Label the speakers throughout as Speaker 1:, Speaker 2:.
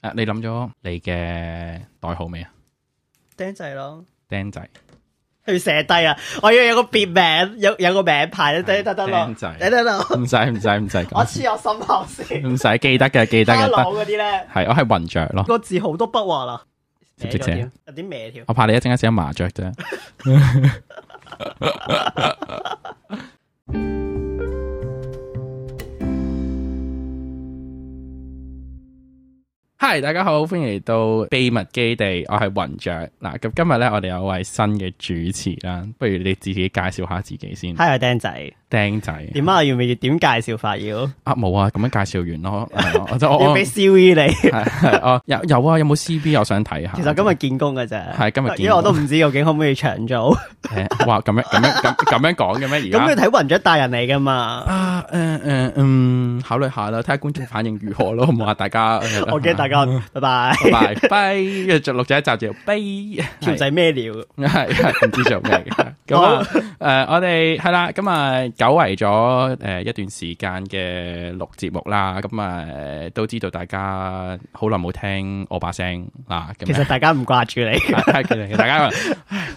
Speaker 1: 啊，你諗咗你嘅代號未啊？
Speaker 2: 釘仔咯，
Speaker 1: 釘仔，
Speaker 2: 要寫低啊！我要有個別名，有有個名牌，你得得得咯，
Speaker 1: 釘仔
Speaker 2: 你得咯，
Speaker 1: 唔使唔使唔使
Speaker 2: 我
Speaker 1: 咁，
Speaker 2: 黐我心口先。
Speaker 1: 唔使記得嘅記得嘅
Speaker 2: 卡
Speaker 1: 得，
Speaker 2: 佬嗰啲咧，
Speaker 1: 係我係雲雀咯，
Speaker 2: 個字好多筆畫啦，
Speaker 1: 直接
Speaker 2: 歪咗
Speaker 1: 寫
Speaker 2: 添有啲歪條。
Speaker 1: 我怕你一陣間寫麻雀啫。Hi，大家好，歡迎嚟到秘密基地，我係雲雀嗱。咁今日咧，我哋有位新嘅主持啦，不如你自己介紹下自己先，
Speaker 2: Hi，我係釘仔。
Speaker 1: 釘仔
Speaker 2: 點啊？要唔要點介紹法要？
Speaker 1: 啊冇啊，咁樣介紹完咯，係 咯我就我
Speaker 2: 要
Speaker 1: 我
Speaker 2: 俾 CV 你。
Speaker 1: 係係我有有啊，有冇 CB 我想睇下。
Speaker 2: 其實今日見工嘅啫，
Speaker 1: 係今日見工
Speaker 2: 因為我都唔知究竟可唔可以長做。
Speaker 1: 誒哇咁樣咁樣咁咁樣講嘅咩？而家
Speaker 2: 咁你睇雲雀大人嚟噶嘛？
Speaker 1: 啊，誒誒嗯，考慮下啦，睇下觀眾反應如何咯，好唔好啊？大家，
Speaker 2: 我驚大家，拜拜。
Speaker 1: 拜拜，跟住錄咗一集就 悲，
Speaker 2: 條
Speaker 1: 係
Speaker 2: 仔咩料？
Speaker 1: 係係唔知做咩 嘅。咁啊，誒，我哋係啦，咁啊，久違咗誒一段時間嘅錄節目啦，咁啊，誒都知道大家好耐冇聽我把聲啦，咁
Speaker 2: 其
Speaker 1: 樣
Speaker 2: 實大家唔掛住你。
Speaker 1: 係其實大家可能，唉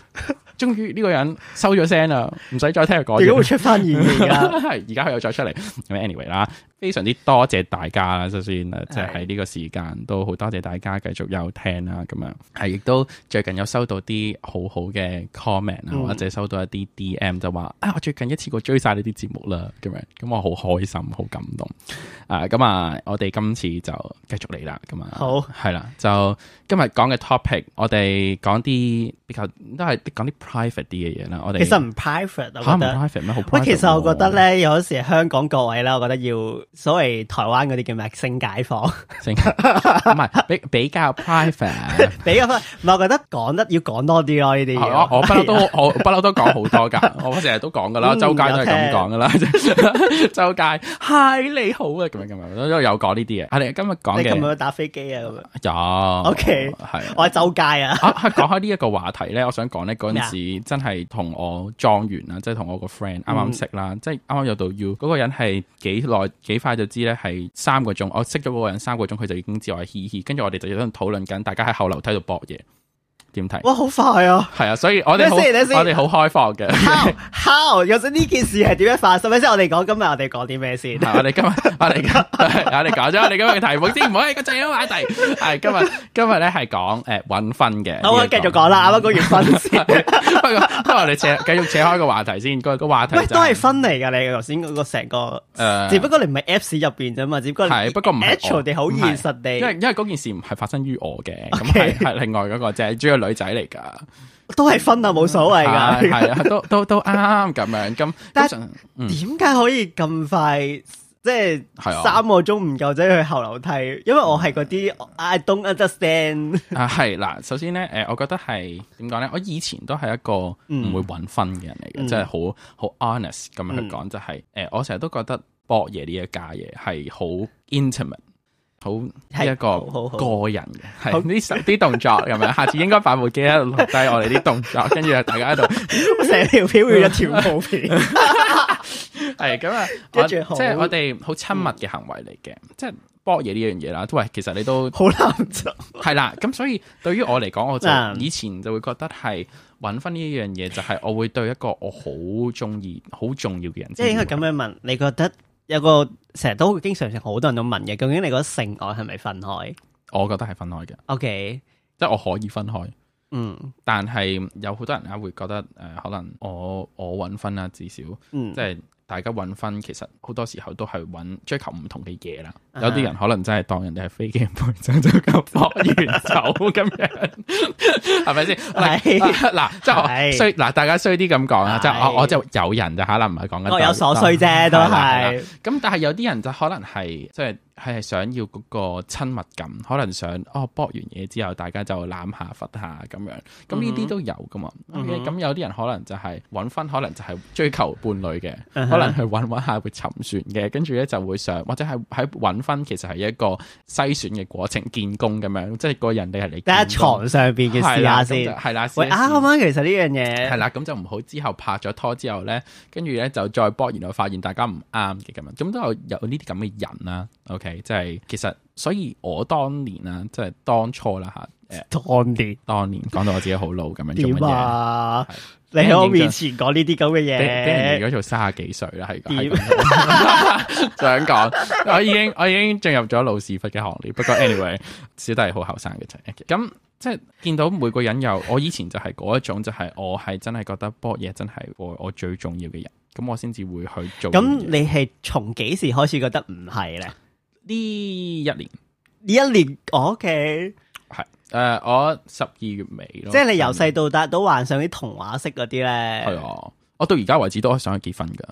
Speaker 1: 終於呢個人收咗聲啦，唔使再聽佢講
Speaker 2: 如
Speaker 1: 嘢
Speaker 2: 果。會出翻現而家，
Speaker 1: 係 而家佢又再出嚟。咁 anyway 啦，非常之多謝大家啦，首先啊，即係喺呢個時間都好多謝大家繼續有聽啦，咁樣係亦都最近有收到啲好好嘅 comment 啊，
Speaker 2: 嗯
Speaker 1: 或者收到一啲 DM 就話啊，我最近一次過追晒呢啲節目啦，咁樣咁我好開心，好感動啊！咁啊，我哋今次就繼續嚟啦，咁啊，
Speaker 2: 好
Speaker 1: 係啦，就今日講嘅 topic，我哋講啲比較都係講啲 private 啲嘅嘢啦，我哋
Speaker 2: 其實唔 private，我
Speaker 1: 嚇
Speaker 2: 覺
Speaker 1: 唔
Speaker 2: 得。
Speaker 1: private 咩？好 private
Speaker 2: 喂，其實我覺得
Speaker 1: 喎
Speaker 2: 咧，有時香港各位啦，我覺得要所謂台灣嗰啲叫咩性解放，
Speaker 1: 性唔係比比較 private。
Speaker 2: 比較翻，唔係我覺得講得要講多啲咯呢啲嘢。
Speaker 1: 啊
Speaker 2: 啊
Speaker 1: 我我不嬲 都我不嬲都講好多噶，我成日都講噶啦，
Speaker 2: 哎嗯
Speaker 1: 周街都係咁
Speaker 2: 有聽
Speaker 1: 講噶啦， 周街嗨你好啊咁樣咁樣，都有講呢啲嘢。我哋今日講
Speaker 2: 你琴
Speaker 1: 嘅
Speaker 2: 日打飛機啊咁樣，
Speaker 1: 有
Speaker 2: OK
Speaker 1: 係
Speaker 2: 我係周街啊，
Speaker 1: 啊，係講開呢一個話題咧，我想講咧嗰
Speaker 2: 咩
Speaker 1: 陣
Speaker 2: 啊
Speaker 1: 時真係同我莊園啊啦，即係同我個 friend
Speaker 2: 嗯
Speaker 1: 啱啱識啦，即係啱啱有到 U 嗰個人係幾耐幾快就知咧係三個鐘，我識咗嗰個人三個鐘，佢就已經知我係嘻嘻，跟住我哋就喺度討論緊，大家喺後樓梯度搏嘢點睇？
Speaker 2: 哇好 快啊
Speaker 1: 係啊，所以我哋好
Speaker 2: 等先等先
Speaker 1: 我哋好開放嘅。
Speaker 2: ！How how 有時呢件事係點樣發生？咪先，我哋講今日我哋講啲咩 先？
Speaker 1: 係我哋今日我哋今日我哋講咗我哋今日嘅題目先，唔好係個正話題。係今日今日咧係講誒揾分嘅。
Speaker 2: 好啊，繼續講 啦，啱啱講完婚先，
Speaker 1: 不過不過我哋扯繼續扯開個話題先，個個話題
Speaker 2: 喂，
Speaker 1: 就
Speaker 2: 都係婚嚟㗎，你頭先嗰個成個，
Speaker 1: 誒
Speaker 2: 只不過你唔係 Apps 入邊啫嘛，只不過
Speaker 1: 係不過唔係我
Speaker 2: actual 地好
Speaker 1: 唔係
Speaker 2: 現實地
Speaker 1: 因為因為嗰件事唔係發生於我嘅，咁
Speaker 2: OK
Speaker 1: 係係另外嗰個啫，主要女仔嚟㗎，
Speaker 2: 都係婚啊，冇所謂
Speaker 1: 係
Speaker 2: 㗎。
Speaker 1: 係啊，都都都啱咁樣咁。
Speaker 2: 但
Speaker 1: 咁嗯
Speaker 2: 點解可以咁快？即係
Speaker 1: 係啊
Speaker 2: 三個鐘唔夠仔去後樓梯，因為我係嗰啲
Speaker 1: 嗯
Speaker 2: I don't understand。
Speaker 1: 啊，係嗱，首先咧，誒、我覺得係點講咧？我以前都係一個唔會揾分嘅人嚟嘅，
Speaker 2: 嗯
Speaker 1: 即係好好 honest 咁樣去講，就係、誒、我成日都覺得博嘢呢一家嘢係好 intimate。好呢一個
Speaker 2: 好好好
Speaker 1: 個人嘅，係
Speaker 2: 好
Speaker 1: 呢十啲動作咁樣，下次應該擺部機喺度錄低我哋啲動作，跟住大家喺度
Speaker 2: 我成條片會有跳舞片，
Speaker 1: 係咁 啊！
Speaker 2: 跟
Speaker 1: 我即
Speaker 2: 住好
Speaker 1: 係我哋好親密嘅行為嚟嘅，即係博嘢呢樣嘢啦。喂，其實你 都
Speaker 2: 好難 做。
Speaker 1: 係啦，咁所以對於我嚟講，我
Speaker 2: 嗯
Speaker 1: 就以前就會覺得係揾翻呢一樣嘢，就係我會對一個我好中意、好重要嘅人，
Speaker 2: 即係應該咁。樣問，你覺得有個成日都經常性好多人都問嘅，究竟你覺得性愛係咪分開
Speaker 1: 我覺得係分開嘅，
Speaker 2: ？OK，
Speaker 1: 即係我可以分開，
Speaker 2: 嗯
Speaker 1: 但係有好多人咧會覺得誒、呃可能我我揾分啦，至少
Speaker 2: 嗯
Speaker 1: 即，係大家揾分，其實好多時候都係揾追求唔同嘅嘢啦。
Speaker 2: 啊
Speaker 1: 有啲人可能真係當人哋係飛機杯就就咁放完走咁樣，係咪先？嗱啊
Speaker 2: 係
Speaker 1: 嗱，即係我
Speaker 2: 係
Speaker 1: 衰嗱，大家衰啲咁講啊啦，即係
Speaker 2: 係
Speaker 1: 我我就有人就可能唔係講緊
Speaker 2: 各哦有所需啫，都
Speaker 1: 係啦係啦
Speaker 2: 係
Speaker 1: 咁但係有啲人就可能係即係係想要嗰個親密感，可能想哦搏完嘢之後大家就攬下拂下咁樣，咁呢啲都有噶嘛。
Speaker 2: 嗯
Speaker 1: OK，咁有啲人可能就係揾分，可能就係追求伴侶嘅，
Speaker 2: 嗯哼
Speaker 1: 可能去揾揾下會沉船嘅，跟住咧就會上或者係喺揾分其實係一個篩選嘅過程，見工咁樣，即係個人哋係嚟
Speaker 2: 大家
Speaker 1: 見工
Speaker 2: 床上邊嘅試
Speaker 1: 嗯係啦
Speaker 2: 下
Speaker 1: 咁就
Speaker 2: 先。
Speaker 1: 係啦，試
Speaker 2: 喂，啊
Speaker 1: 一試
Speaker 2: 啱啱其實呢樣嘢
Speaker 1: 係啦，咁就唔好之後拍咗拖之後咧，跟住咧就再搏，然後發現大家唔啱嘅咁樣，咁都有有呢啲咁嘅人啦。OK，即係其實所以我當年啊，即係當初啦吓，誒，
Speaker 2: 當年
Speaker 1: 當年講到我自己好老咁樣做乜
Speaker 2: 點
Speaker 1: 嘢？
Speaker 2: 啊？你
Speaker 1: 係
Speaker 2: 喺我面前講呢啲咁嘅
Speaker 1: 俾俾人
Speaker 2: 嘢，
Speaker 1: 哋咗做三十幾歲啦，係
Speaker 2: 點
Speaker 1: 係咁 想講，我已經 我已經進入咗老屎忽嘅行列。 不過 anyway，小弟好後生嘅啫。咁即係見到每個人有，我以前就係嗰一種，就係我係真係覺得波嘢真係我我最重要嘅人，咁我先至會去做呢樣嘢。
Speaker 2: 咁你係從幾時開始覺得唔係咧？
Speaker 1: 呢一年
Speaker 2: 呢一年我 OK，
Speaker 1: 係诶、誒呃我十二月尾咯，
Speaker 2: 即係你由細到大都幻想啲童話式嗰啲咧。
Speaker 1: 係啊，我到而家為止都想去結婚㗎，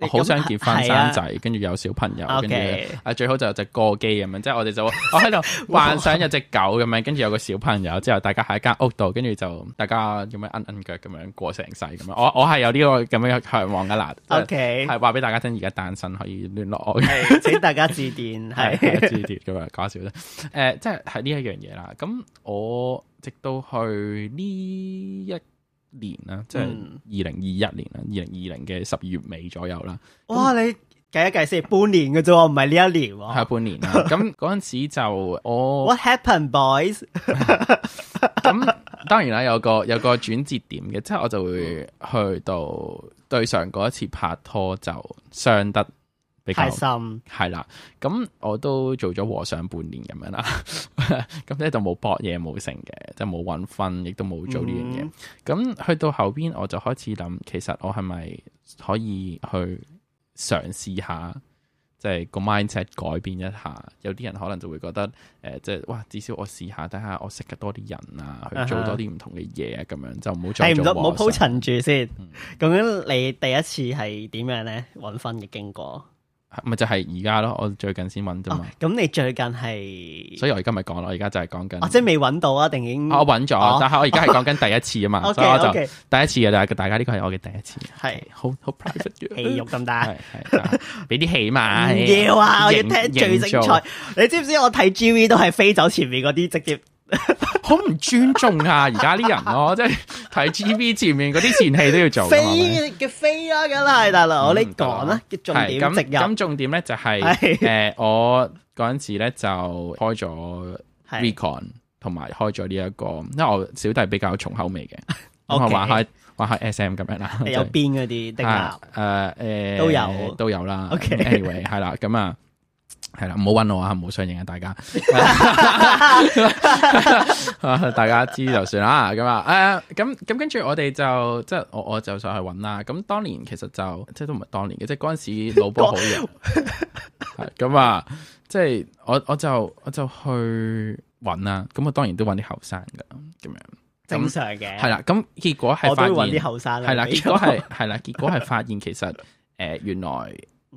Speaker 1: 我好想結婚
Speaker 2: 係啊
Speaker 1: 生仔，跟住有小朋友，跟住
Speaker 2: OK
Speaker 1: 啊最好就有隻歌機咁樣，即係我哋 就我喺度幻想有隻狗咁樣，跟住有個小朋友之後，大家喺間屋度，跟住就大家咁樣摁摁腳咁樣過成世咁樣。我我係有呢個咁樣嘅向往㗎啦。
Speaker 2: OK，
Speaker 1: 係話俾大家聽，而家單身可以聯絡我嘅。
Speaker 2: 係請大家致 電，
Speaker 1: 係
Speaker 2: 係
Speaker 1: 係知跌咁樣搞笑啫。誒、即係係呢一樣嘢啦。咁我直到去呢一年啦，即係
Speaker 2: 嗯
Speaker 1: 二零二一年啦，二零二零嘅十二月尾左右啦，
Speaker 2: 哇！你計一計先，半年嘅啫喎，唔係呢一年
Speaker 1: 下
Speaker 2: 喎。
Speaker 1: 半年啦。咁嗰陣時就我
Speaker 2: What happened, boys？
Speaker 1: 咁當然啦，有個有個轉折點嘅，即係我就會去到對上嗰一次拍拖就傷得比較
Speaker 2: 太深，
Speaker 1: 係啦，咁我都做咗和尚半年咁樣啦， 咁咧就冇搏嘢冇成嘅，即係冇揾分，亦都冇做呢樣
Speaker 2: 嗯
Speaker 1: 嘢。咁、去到後邊我就開始諗，其實我係咪可以去嘗試下，即係個 mindset 改變一下？有啲人可能就會覺得，誒、即係哇，至少我試下，睇下我識嘅多啲人啊，去做多啲唔同嘅嘢啊，咁樣就唔好再
Speaker 2: 係
Speaker 1: 做
Speaker 2: 唔
Speaker 1: 嗯
Speaker 2: 到冇鋪
Speaker 1: 和尚。
Speaker 2: 陳住先。咁樣你第一次係點樣咧？揾分嘅經過。
Speaker 1: 咪就係而家咯，我最近先揾啫
Speaker 2: 哦
Speaker 1: 嘛，，
Speaker 2: 咁你最近係
Speaker 1: 所以我而家咪講咯，我而家就係講緊
Speaker 2: 哦，。即係未揾到啊？定已經
Speaker 1: 嗯啊我揾咗
Speaker 2: 哦，
Speaker 1: 但係我而家係講緊第一次啊嘛，
Speaker 2: OK
Speaker 1: 所以我就
Speaker 2: OK
Speaker 1: 第一次嘅，大大家呢個係我嘅第一次，
Speaker 2: 係
Speaker 1: 好好 private 嘅，
Speaker 2: 戲肉咁
Speaker 1: 係
Speaker 2: 大？
Speaker 1: 係啊俾啲戲嘛，
Speaker 2: 唔要啊！我要
Speaker 1: 營
Speaker 2: 聽最精
Speaker 1: 營造
Speaker 2: 彩。你知唔知我睇 G V 都係飛走前面嗰啲直接
Speaker 1: 好唔尊重啊！而家啲人 咯，即係睇 G V 前面嗰啲前戲都要做㗎嘛。係咪
Speaker 2: 飛嘅飛啦，梗係大佬，你講啦，嘅重
Speaker 1: 係
Speaker 2: 點
Speaker 1: 咁
Speaker 2: 植入
Speaker 1: 咁重點咧就係
Speaker 2: 係
Speaker 1: 誒我嗰陣時咧就開咗
Speaker 2: 係
Speaker 1: Recon 同埋開咗呢一個，因為我小弟比較重口味嘅，咁我
Speaker 2: OK
Speaker 1: 玩開玩開 SM 咁樣啦，即
Speaker 2: 有
Speaker 1: 係
Speaker 2: 邊嗰啲定立
Speaker 1: 啊？誒誒
Speaker 2: 都有
Speaker 1: 都有啦。
Speaker 2: OK
Speaker 1: anyway 係啦，咁啊係啦，唔好揾我啊，唔好相應啊，大家 大家知就算啦。咁啊誒咁咁跟住我哋就即係我我就上去揾啦。咁當年其實就即係都唔係當年嘅，即係嗰陣時老 波好弱，係咁啊，即係我我就我就去揾啦。咁我當然都揾啲後生㗎咁樣。
Speaker 2: 正常嘅，
Speaker 1: 係啦，咁結果係
Speaker 2: 我都
Speaker 1: 發
Speaker 2: 會揾
Speaker 1: 現
Speaker 2: 啲。後生啊
Speaker 1: 係啦，結果係係啦，結果係發現其實誒、 呃原來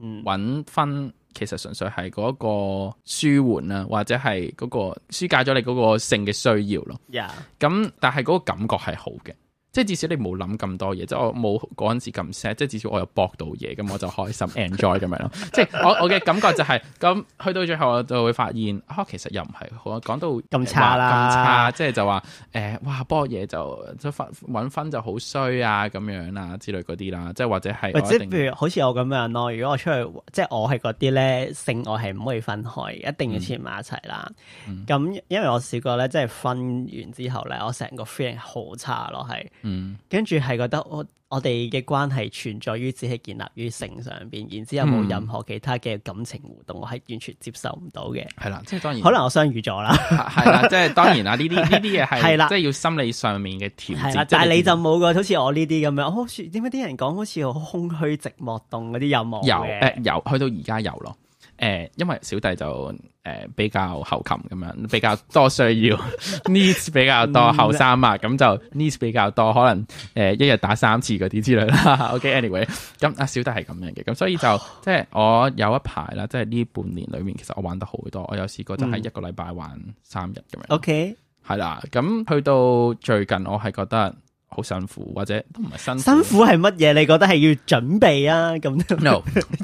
Speaker 2: 嗯
Speaker 1: 揾分其實純粹係嗰個舒緩啦，或者係嗰個舒解咗你嗰個性嘅需要咯。
Speaker 2: 呀，
Speaker 1: 咁但係嗰個感覺係好嘅。即係至少你冇諗咁多嘢，即係我冇嗰陣時咁 sad，即係至少我又搏到嘢，咁我就開心 enjoy 咁樣 咯。即係我我嘅感覺就係、咁，去到最後我就會發現，啊其實又唔係好講到呃
Speaker 2: 咁差啦
Speaker 1: 咁差，即係就話誒、哇波嘢就即係分揾分就好衰啊咁樣啦之類嗰啲啦，即係或者係
Speaker 2: 或
Speaker 1: 我
Speaker 2: 者
Speaker 1: 一定
Speaker 2: 譬如好似我咁樣咯，如果我出去，即係我係嗰啲咧性愛係唔可以分開，一定要黐埋一齊啦。
Speaker 1: 嗯
Speaker 2: 咁因為我試過咧，即係分完之後咧，我成個 feeling 好差咯，係
Speaker 1: 嗯
Speaker 2: 跟住係覺得我我哋嘅關係存在於只係建立於性上邊，然之後冇
Speaker 1: 嗯
Speaker 2: 任何其他嘅感情互動，我係完全接受唔到嘅。
Speaker 1: 係啦，即係當然
Speaker 2: 可能我相遇咗啦，
Speaker 1: 係啦，即係當然啦，呢啲呢啲嘢
Speaker 2: 係
Speaker 1: 係
Speaker 2: 啦
Speaker 1: 即係要心理上面嘅調
Speaker 2: 係
Speaker 1: 節
Speaker 2: 啦，。
Speaker 1: 即係
Speaker 2: 但係你就
Speaker 1: 點啊
Speaker 2: 冇個好似我呢啲咁樣，哦好似點解啲人講好似好空虛、寂寞、凍嗰啲有冇
Speaker 1: 有
Speaker 2: 嘅
Speaker 1: 誒、有，呃去到而家有咯。誒、因為小弟就誒、比較後勤咁樣，比較多需要 needs 比較多後生啊，咁就 needs 比較多，可能誒、一日打三次嗰啲之類啦。OK，anyway，、咁啊小弟係咁樣嘅，咁所以就即係我有一排啦，即係呢半年裏面，其實我玩得好多，我有試過就係一個禮拜玩三日咁樣。
Speaker 2: O K，
Speaker 1: 係啦，咁去到最近我係覺得好辛苦，或者都唔係辛苦。
Speaker 2: 辛苦係乜嘢？你覺得係要準 備啊？咁
Speaker 1: no，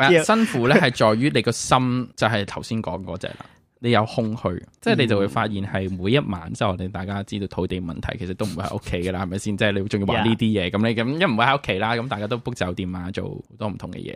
Speaker 2: 要
Speaker 1: 誒辛苦咧係在於你個心就係頭先講嗰只啦，你有空虛，即係你就會發現係每一晚，即係我哋大家知道土地問題，其實都唔會喺屋企噶啦，係咪先？即係你仲要玩呢啲嘢，咁你咁一唔會喺屋企啦，咁大家都 book 酒店啊，做好多唔同嘅嘢，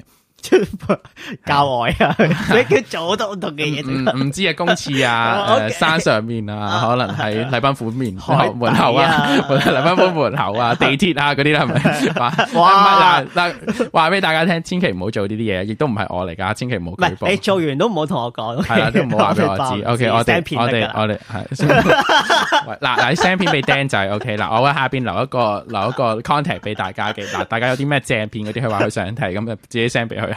Speaker 2: 郊外 啊，所以叫做好多唔同嘅嘢食。
Speaker 1: 唔唔知啊，公廁啊，
Speaker 2: 哦
Speaker 1: 誒
Speaker 2: OK
Speaker 1: 山上面啊，可能 喺禮賓府面
Speaker 2: 海底啊
Speaker 1: 門口啊，禮賓府 門口 啊，地鐵啊嗰啲啦，係咪？
Speaker 2: 哇
Speaker 1: 唔係嗱嗱，話俾大家聽，千祈唔好做呢啲嘢，亦都唔係我嚟㗎，千祈唔好
Speaker 2: 唔係你
Speaker 1: 舉報。
Speaker 2: 做完都唔好同我講，
Speaker 1: 係啦，都唔好話俾 我
Speaker 2: 爆唔
Speaker 1: 知。O K，我
Speaker 2: send
Speaker 1: 哋
Speaker 2: 片
Speaker 1: 我
Speaker 2: 得
Speaker 1: 哋
Speaker 2: 㗎啦
Speaker 1: 我哋係 喂嗱嗱你 send 片俾釘仔。O K，嗱我喺下邊留一個留一個 contact 俾大家嘅。嗱，大家有啲咩正片嗰啲，佢話佢想睇，咁就自己 send 俾佢下。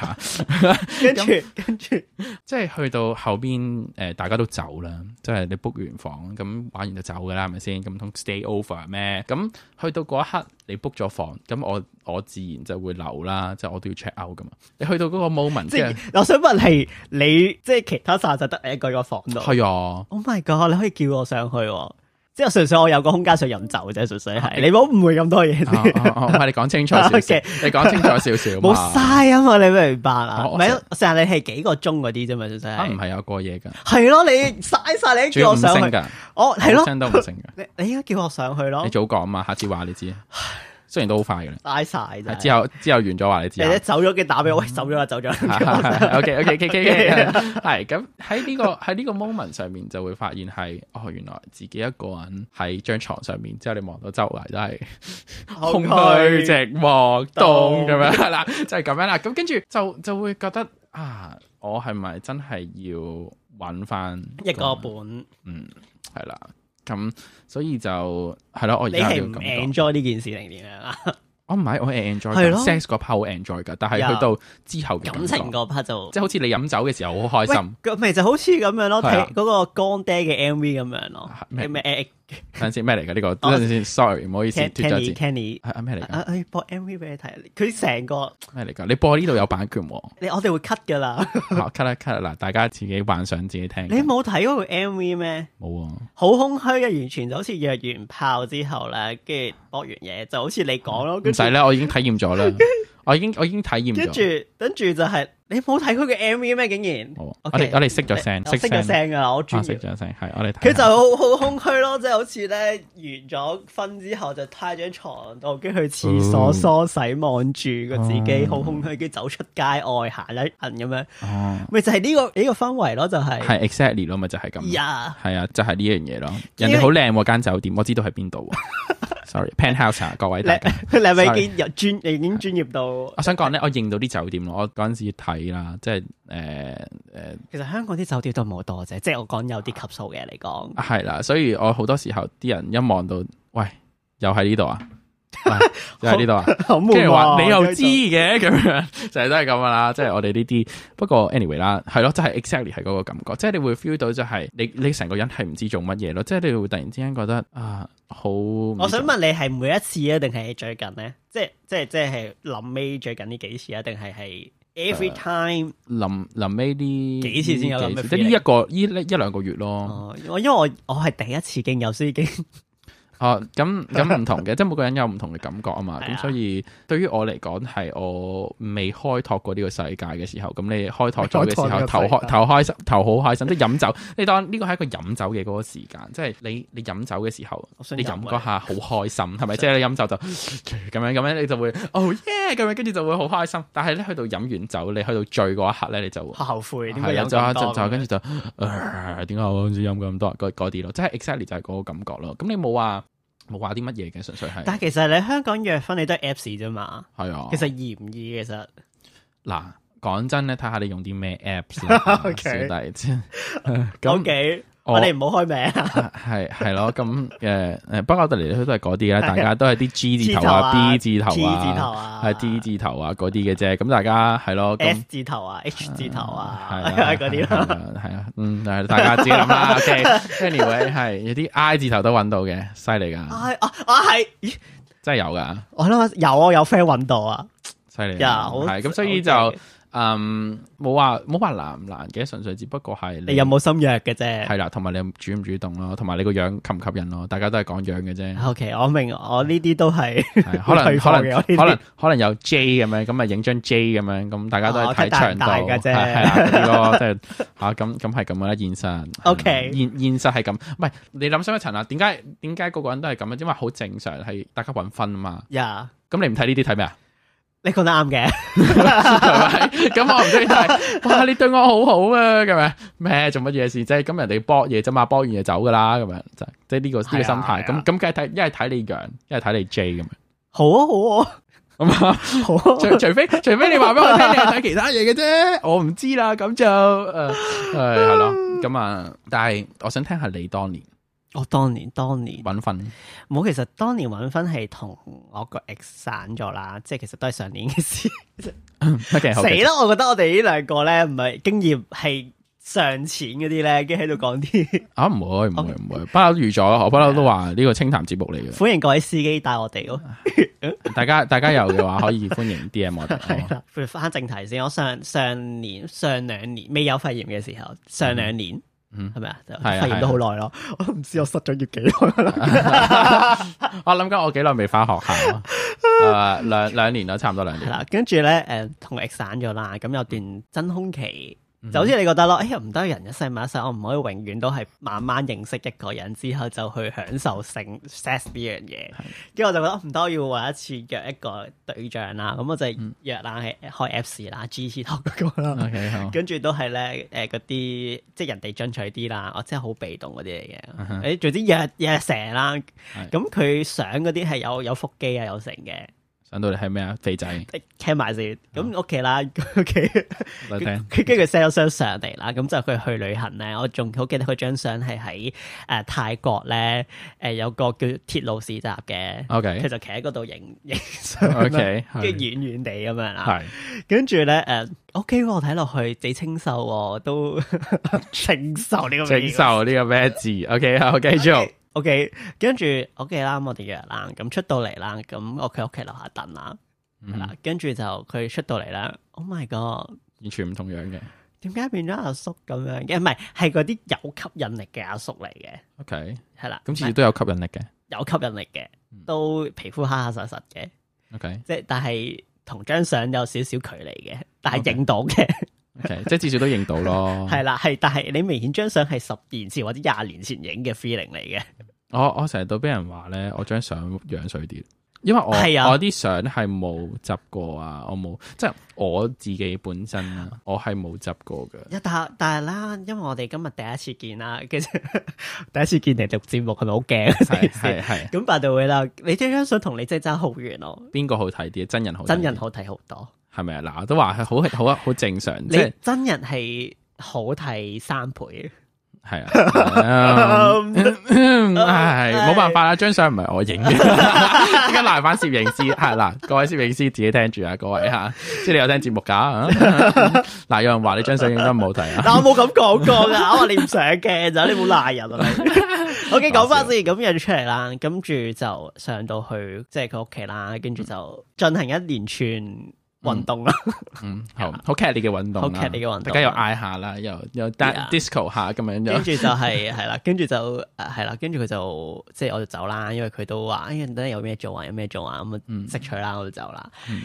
Speaker 2: 跟住跟住
Speaker 1: 即係去到後邊誒、呃大家都走啦，即係你 book 完房咁玩完就走噶啦，係咪先？咁通 stay over 咩？咁去到嗰一刻你 book 咗房，咁我我自然就會留啦，即係我都要 check out 噶嘛。你去到嗰個 moment
Speaker 2: 即
Speaker 1: 即係
Speaker 2: 係我想問係你即係其他晒就得你一個個房度。
Speaker 1: 係啊，
Speaker 2: Oh my god！你可以叫我上去喎，即係純粹我有個空間想飲酒啫，純粹係你唔好誤會咁多嘢
Speaker 1: 啊
Speaker 2: 先。
Speaker 1: 啊啊 唔係你講清楚少少
Speaker 2: Okay
Speaker 1: 你講清楚少少
Speaker 2: 冇
Speaker 1: 嘛
Speaker 2: 嘥啊嘛，你明唔明白啊？
Speaker 1: 哦我
Speaker 2: 唔係，成日你係幾個鐘嗰啲啫嘛，純粹
Speaker 1: 啊唔
Speaker 2: 係。
Speaker 1: 係有過夜 㗎，
Speaker 2: 係咯，你嘥晒你
Speaker 1: 仲
Speaker 2: 叫
Speaker 1: 要
Speaker 2: 我
Speaker 1: 五
Speaker 2: 上
Speaker 1: 星
Speaker 2: 去，
Speaker 1: 㗎，
Speaker 2: 我係咯，
Speaker 1: 真都唔星 㗎。
Speaker 2: 你你應該叫我上去咯
Speaker 1: 你，早講嘛，下次話你知。雖然都好快㗎啦，
Speaker 2: 嘥晒
Speaker 1: 係
Speaker 2: 咋。
Speaker 1: 啊之後之後啊完咗話你知
Speaker 2: 你
Speaker 1: 啊。
Speaker 2: 一走咗嘅打俾我，喂，走咗啦，走咗 啦。
Speaker 1: O K O K K K K 係咁喺呢個喺呢個 moment 上面就會發現係哦，原來自己一個人喺張床上面之後，你望到周圍都係空虛、寂寞、凍咁樣 係啦，就係咁樣啦。咁跟住就就會覺得啊，我係咪真係要揾翻
Speaker 2: 一個本，
Speaker 1: 嗯係啦？咁所以就係咯，我而
Speaker 2: 你
Speaker 1: 家
Speaker 2: 係
Speaker 1: 要
Speaker 2: 唔
Speaker 1: 咁講。
Speaker 2: enjoy 呢件事定點樣啊？
Speaker 1: 我哦唔係我係 enjoy
Speaker 2: 係
Speaker 1: 㗎
Speaker 2: 咯
Speaker 1: sex 嗰 part 好 enjoy 㗎，但係去到之後嘅
Speaker 2: 感
Speaker 1: 感
Speaker 2: 情
Speaker 1: 覺，
Speaker 2: 嗰 part 就
Speaker 1: 即係好似你飲酒嘅時候好開
Speaker 2: 喂
Speaker 1: 心。，
Speaker 2: 咁咪就好似咁樣咯，
Speaker 1: 係啊
Speaker 2: 睇嗰個乾爹嘅 MV 咁樣咯
Speaker 1: 係，咩
Speaker 2: 咩咩
Speaker 1: 等陣先咩嚟嘅呢個？
Speaker 2: 哦
Speaker 1: 等陣先，sorry，唔好意思，
Speaker 2: 誒
Speaker 1: 脱咗字
Speaker 2: Kenny。Kenny
Speaker 1: 係係咩嚟
Speaker 2: 啊
Speaker 1: 㗎？
Speaker 2: 啊，播 MV 俾你睇，佢成個
Speaker 1: 咩嚟㗎？你播呢度有版 權喎。
Speaker 2: 你我哋會 cut 噶啦，
Speaker 1: 好 cut 啦 cut 啦，嗱，大家自己幻想自己聽
Speaker 2: 你
Speaker 1: 緊。
Speaker 2: 冇睇嗰個 MV 咩？
Speaker 1: 冇啊？
Speaker 2: 好空虛嘅，完全就好似約完炮之後咧，跟住搏完嘢，就好似你講咯，
Speaker 1: 唔
Speaker 2: 跟住
Speaker 1: 使啦，我已經體驗 咗啦。我已經我已經體驗
Speaker 2: 跟住
Speaker 1: 咗。
Speaker 2: 跟住就係你冇睇佢嘅 MV 咩？竟然
Speaker 1: 冇啊我
Speaker 2: OK，
Speaker 1: 哋我哋熄咗聲，
Speaker 2: 我熄咗
Speaker 1: 聲，
Speaker 2: 聲噶啦，我
Speaker 1: 啊
Speaker 2: 專業
Speaker 1: 熄咗聲，係我哋睇
Speaker 2: 佢就
Speaker 1: 下。
Speaker 2: 好 好空虛咯，即係好似咧完咗婚之後就攤張床度，跟住去廁所梳洗，望住個自己好空虛，跟住走出街外行一行咁樣，
Speaker 1: 哦，
Speaker 2: 咪就係呢、個呢、個氛圍咯，就係、
Speaker 1: 係 exactly 咯，咪就係咁。
Speaker 2: 呀
Speaker 1: 係啊，就係呢樣嘢咯。人
Speaker 2: 因
Speaker 1: 哋
Speaker 2: 為
Speaker 1: 好靚喎間酒店，我知道喺邊度 喎。Sorry，penthouse 啊，各位
Speaker 2: 你
Speaker 1: 大家。
Speaker 2: 你係咪已經入專，你已經專業到？
Speaker 1: 我想講咧，我認到啲酒店咯。我嗰陣時睇啦，即係誒誒。
Speaker 2: 其實香港啲酒店都冇多啫，即係我講有啲級數嘅嚟講，
Speaker 1: 係啦，所以我好多時候啲人一望到，喂，又喺呢度啊，喂又喺呢度啊，
Speaker 2: 好悶
Speaker 1: 跟住話
Speaker 2: 喎
Speaker 1: 你又知嘅咁樣， 就係都係咁噶啦，即係我哋呢啲。不過 anyway 啦，係咯，即係 exactly 係嗰個感覺，即係你會 feel 到就係你你成個人係唔知做乜嘢咯，即係你會突然之間覺得啊，好唔知
Speaker 2: 我想問你係每一次啊，定係最近咧？即係即係即係臨尾最近呢幾次啊，定係係 every time？
Speaker 1: 臨臨尾呢
Speaker 2: 幾次先有咁嘅
Speaker 1: 幾次即係呢
Speaker 2: feeling？
Speaker 1: 一個呢一兩個月咯。
Speaker 2: 哦，我因為我我係第一次經有，所以已經
Speaker 1: 哦，咁咁唔同嘅，即係每個人有唔同嘅感覺啊嘛。
Speaker 2: 係啊
Speaker 1: 咁所以對於我嚟講，係我未開拓過呢個世界嘅時候，咁你開拓咗嘅時候，
Speaker 2: 開拓呢個世界
Speaker 1: 頭開頭開心，頭好開心，即係飲酒。你當呢個係一個飲酒嘅嗰個時間，即係你你飲酒嘅時候
Speaker 2: 我，想
Speaker 1: 你
Speaker 2: 飲
Speaker 1: 飲
Speaker 2: 啊
Speaker 1: 嗰下好開心， 係咪？即係你飲酒就咁樣咁樣，你就會哦耶咁樣，跟住就會好開心。但係咧，去到飲完酒，你去到醉嗰一刻咧，你就會
Speaker 2: 後悔點解
Speaker 1: 係
Speaker 2: 有
Speaker 1: 啊，
Speaker 2: 咁
Speaker 1: 就
Speaker 2: 多
Speaker 1: 就就
Speaker 2: 咁
Speaker 1: 跟
Speaker 2: 樣？
Speaker 1: 住就，呃點解我好似飲咁多嗰嗰啲咯，即係 exactly 就係嗰個感覺咯。咁你冇話冇話啲乜嘢嘅，純粹係
Speaker 2: 但係其實你香港約婚你都係 Apps 啫嘛，
Speaker 1: 係啊。
Speaker 2: 其實易唔易其實
Speaker 1: 嗱，講真咧，睇下你用啲咩 apps 啦，小
Speaker 2: OK
Speaker 1: 弟。即 係
Speaker 2: O
Speaker 1: 咁
Speaker 2: K，
Speaker 1: 我
Speaker 2: 我哋唔好開名啊，
Speaker 1: 係係咯，咁誒誒，不過我哋嚟嚟去去都係嗰啲啦，
Speaker 2: 係啊
Speaker 1: 大家都係啲 G 字頭啊、B 字頭
Speaker 2: T 字頭
Speaker 1: 啊、
Speaker 2: 啊，
Speaker 1: 係 D 字頭啊嗰啲嘅啫。咁大家係咯，咁
Speaker 2: S 字頭啊，H 字頭啊
Speaker 1: 係啊，
Speaker 2: 嗰啲
Speaker 1: 係
Speaker 2: 咯。
Speaker 1: 啊，係啊，嗯，但係大家自己諗啦。OK，anyway，係有啲 I 字頭都揾到嘅，犀利噶，
Speaker 2: 啊啊啊係，咦
Speaker 1: 真係有噶，
Speaker 2: 我諗下有啊有 friend 揾到啊，
Speaker 1: 犀利㗎。
Speaker 2: 呀好
Speaker 1: 係咁，所以就
Speaker 2: 好正
Speaker 1: 嗯冇話冇話難唔難嘅，純粹只不過係
Speaker 2: 你有哎冇心約嘅啫
Speaker 1: 係啦，同埋你主唔主動咯，同埋你個樣吸唔吸引咯，大家都係講樣嘅 啫。
Speaker 2: ？O K，我明，我呢啲都係
Speaker 1: 係可能
Speaker 2: 退
Speaker 1: 可
Speaker 2: 貨
Speaker 1: 能
Speaker 2: 嘅我呢啲
Speaker 1: 可能可能有 J 咁樣，咁咪啊影張 J 咁樣，咁大家都係
Speaker 2: 哦
Speaker 1: 睇
Speaker 2: 睇大
Speaker 1: 長
Speaker 2: 唔
Speaker 1: 度，
Speaker 2: 大嘅啫
Speaker 1: 係係啦嗰啲咯， 即係吓咁咁係咁嘅啦，現實。嗯
Speaker 2: OK
Speaker 1: 現現實係咁，唔係你諗深一層啦，點解點解個個人都係咁啊？因為好正常係大家揾分啊嘛，
Speaker 2: 呀。
Speaker 1: 咁你唔睇呢啲睇咩啊？
Speaker 2: 你講得啱嘅，
Speaker 1: 係咪？咁我唔中意，但係哇，你對我好好啊，咁樣咩做乜嘢事啫？咁人哋搏嘢啫嘛，搏完就走噶啦，咁樣就即係呢個呢個心態。
Speaker 2: 係啊係啊
Speaker 1: 咁咁梗係睇，一係睇你樣，一係睇你 J 咁樣。
Speaker 2: 好啊好啊
Speaker 1: 咁啊，
Speaker 2: 好啊，
Speaker 1: 除 除非除非你話俾我聽，你係睇其他嘢嘅啫，我唔知啦。咁就誒係係咯，咁啊，但係我想聽下你當年
Speaker 2: 我當年當年
Speaker 1: 揾 份
Speaker 2: 冇，其實當年揾婚係同我個 ex 散咗啦，即係其實都係上 年嘅事。
Speaker 1: 死
Speaker 2: 死啦！我覺得我哋呢兩個咧，唔係經驗係上淺嗰啲咧，跟住喺度講 啲
Speaker 1: 啊！唔會唔會唔會，不嬲預咗，我不嬲都話呢個清談節目嚟嘅。
Speaker 2: 歡迎各位司機帶我哋咯。
Speaker 1: 大家大家有嘅話，可以歡迎 D M 我哋。
Speaker 2: 係啦，不如翻正題先。我上上年上兩年未有肺炎嘅時候，上兩年
Speaker 1: 嗯
Speaker 2: 係咪啊？就
Speaker 1: 係啊
Speaker 2: 肺炎都好耐咯， 我都唔知我失咗要幾耐啦。
Speaker 1: 我諗緊我幾耐未翻學校，啊 誒兩兩年啦，差唔多兩
Speaker 2: 係
Speaker 1: 年。
Speaker 2: 啦，跟住咧誒同 ex 散咗啦，咁有段真空期。
Speaker 1: 嗯
Speaker 2: 就好似你覺得咯，哎呀唔得，人一世物一世，我唔可以永遠都係慢慢認識一個人之後就去享受性 sex 呢樣嘢。跟住我就覺得唔得，我要揾一次約一個對象啦。咁我就約啦，係開 Apps 啦，G 字頭嗰個啦。
Speaker 1: OK 好，
Speaker 2: 跟住都係咧，誒嗰啲即係人哋進取啲啦，我真係好被動嗰啲嚟
Speaker 1: 嗯
Speaker 2: 嘅。
Speaker 1: 哼
Speaker 2: 誒、總之約約成啦，咁佢相嗰啲係有有腹肌啊，有成嘅，
Speaker 1: 想到你係咩啊？肥仔，
Speaker 2: 誒 c 埋先。咁屋企啦， 屋企
Speaker 1: 我
Speaker 2: 佢
Speaker 1: 聽。
Speaker 2: 佢跟住 send 咗張相嚟啦，咁就佢去旅行咧，我仲好記得佢張相係喺誒泰國咧，誒、有個叫鐵路市集嘅，佢
Speaker 1: OK
Speaker 2: 就企喺嗰度影影相啦，
Speaker 1: OK，
Speaker 2: 跟住啊遠遠地咁樣啦。
Speaker 1: 係
Speaker 2: 跟住咧，誒，O K 喎，我睇落去幾清秀喎，都 清秀呢個
Speaker 1: 正受呢個咩字？OK 好，繼續。
Speaker 2: O K，跟住 O K 啦，咁我哋約啦，咁出到嚟啦，咁我佢屋企樓下等啦，
Speaker 1: 嗯
Speaker 2: 係啦，跟住就佢出到嚟啦，Oh my god，
Speaker 1: 完全唔同樣嘅。
Speaker 2: 點解變咗阿叔咁樣嘅？唔係，係嗰啲有吸引力嘅阿叔嚟嘅，
Speaker 1: OK，
Speaker 2: 係啦，
Speaker 1: 咁次
Speaker 2: 唔
Speaker 1: 次
Speaker 2: 係
Speaker 1: 都有吸引力嘅。
Speaker 2: 有吸引力嘅，都皮膚黑黑實實嘅，
Speaker 1: OK
Speaker 2: 即係但係同張相有少少距離嘅，但係
Speaker 1: OK
Speaker 2: 影到嘅。
Speaker 1: OK，即係至少都認到咯。
Speaker 2: 係啦，啊係，但係你明顯張相係十年前或者廿年前影嘅 feeling 嚟嘅，
Speaker 1: 我我成日都俾人話咧，我張相樣衰啲，因為我
Speaker 2: 係啊
Speaker 1: 我啲相係冇執過啊，我冇即係我自己本身啊，我係冇執過嘅。
Speaker 2: 一但但係啦，因為我哋今日第一次見啦，跟住 第一次見你錄節目，係咪好驚啊成
Speaker 1: 係
Speaker 2: 件
Speaker 1: 係
Speaker 2: 事？
Speaker 1: 係，
Speaker 2: 咁百度會啦，你張張相同你真係爭好遠咯，
Speaker 1: 邊個好睇啲？真人好睇啲，
Speaker 2: 真人好睇好多，
Speaker 1: 係咪啊？嗱，我都話係好好好正常，即
Speaker 2: 你
Speaker 1: 係
Speaker 2: 真人係好睇三倍，
Speaker 1: 係啊。嗯 唉，冇辦法啦，張相唔係我影嘅，依家賴翻攝影師係嗱，各位攝影師自己聽住啊，各位吓，即係你有聽節目 噶，嗱有人話你張相影得唔好睇啊，
Speaker 2: 但我冇咁講 過㗎，我話你唔上鏡就你冇賴人啊你。OK，講翻先，咁約咗出嚟啦，跟住就上到去即係佢屋企啦，跟住就進行一連串運動啦。
Speaker 1: 嗯， 好好劇烈嘅運嗯動
Speaker 2: 好
Speaker 1: 啦，
Speaker 2: 劇烈嘅運動啊
Speaker 1: 大家又嗌下啦，又又
Speaker 2: Yeah
Speaker 1: disco 下咁樣
Speaker 2: 跟
Speaker 1: 樣，
Speaker 2: 住就係係啦，跟住就誒係啦，跟住佢就即係我就走啦，因為佢都話哎呀，等陣有咩做啊，有咩做啊，咁啊
Speaker 1: 嗯
Speaker 2: 識取啦，我就走啦
Speaker 1: 嗯。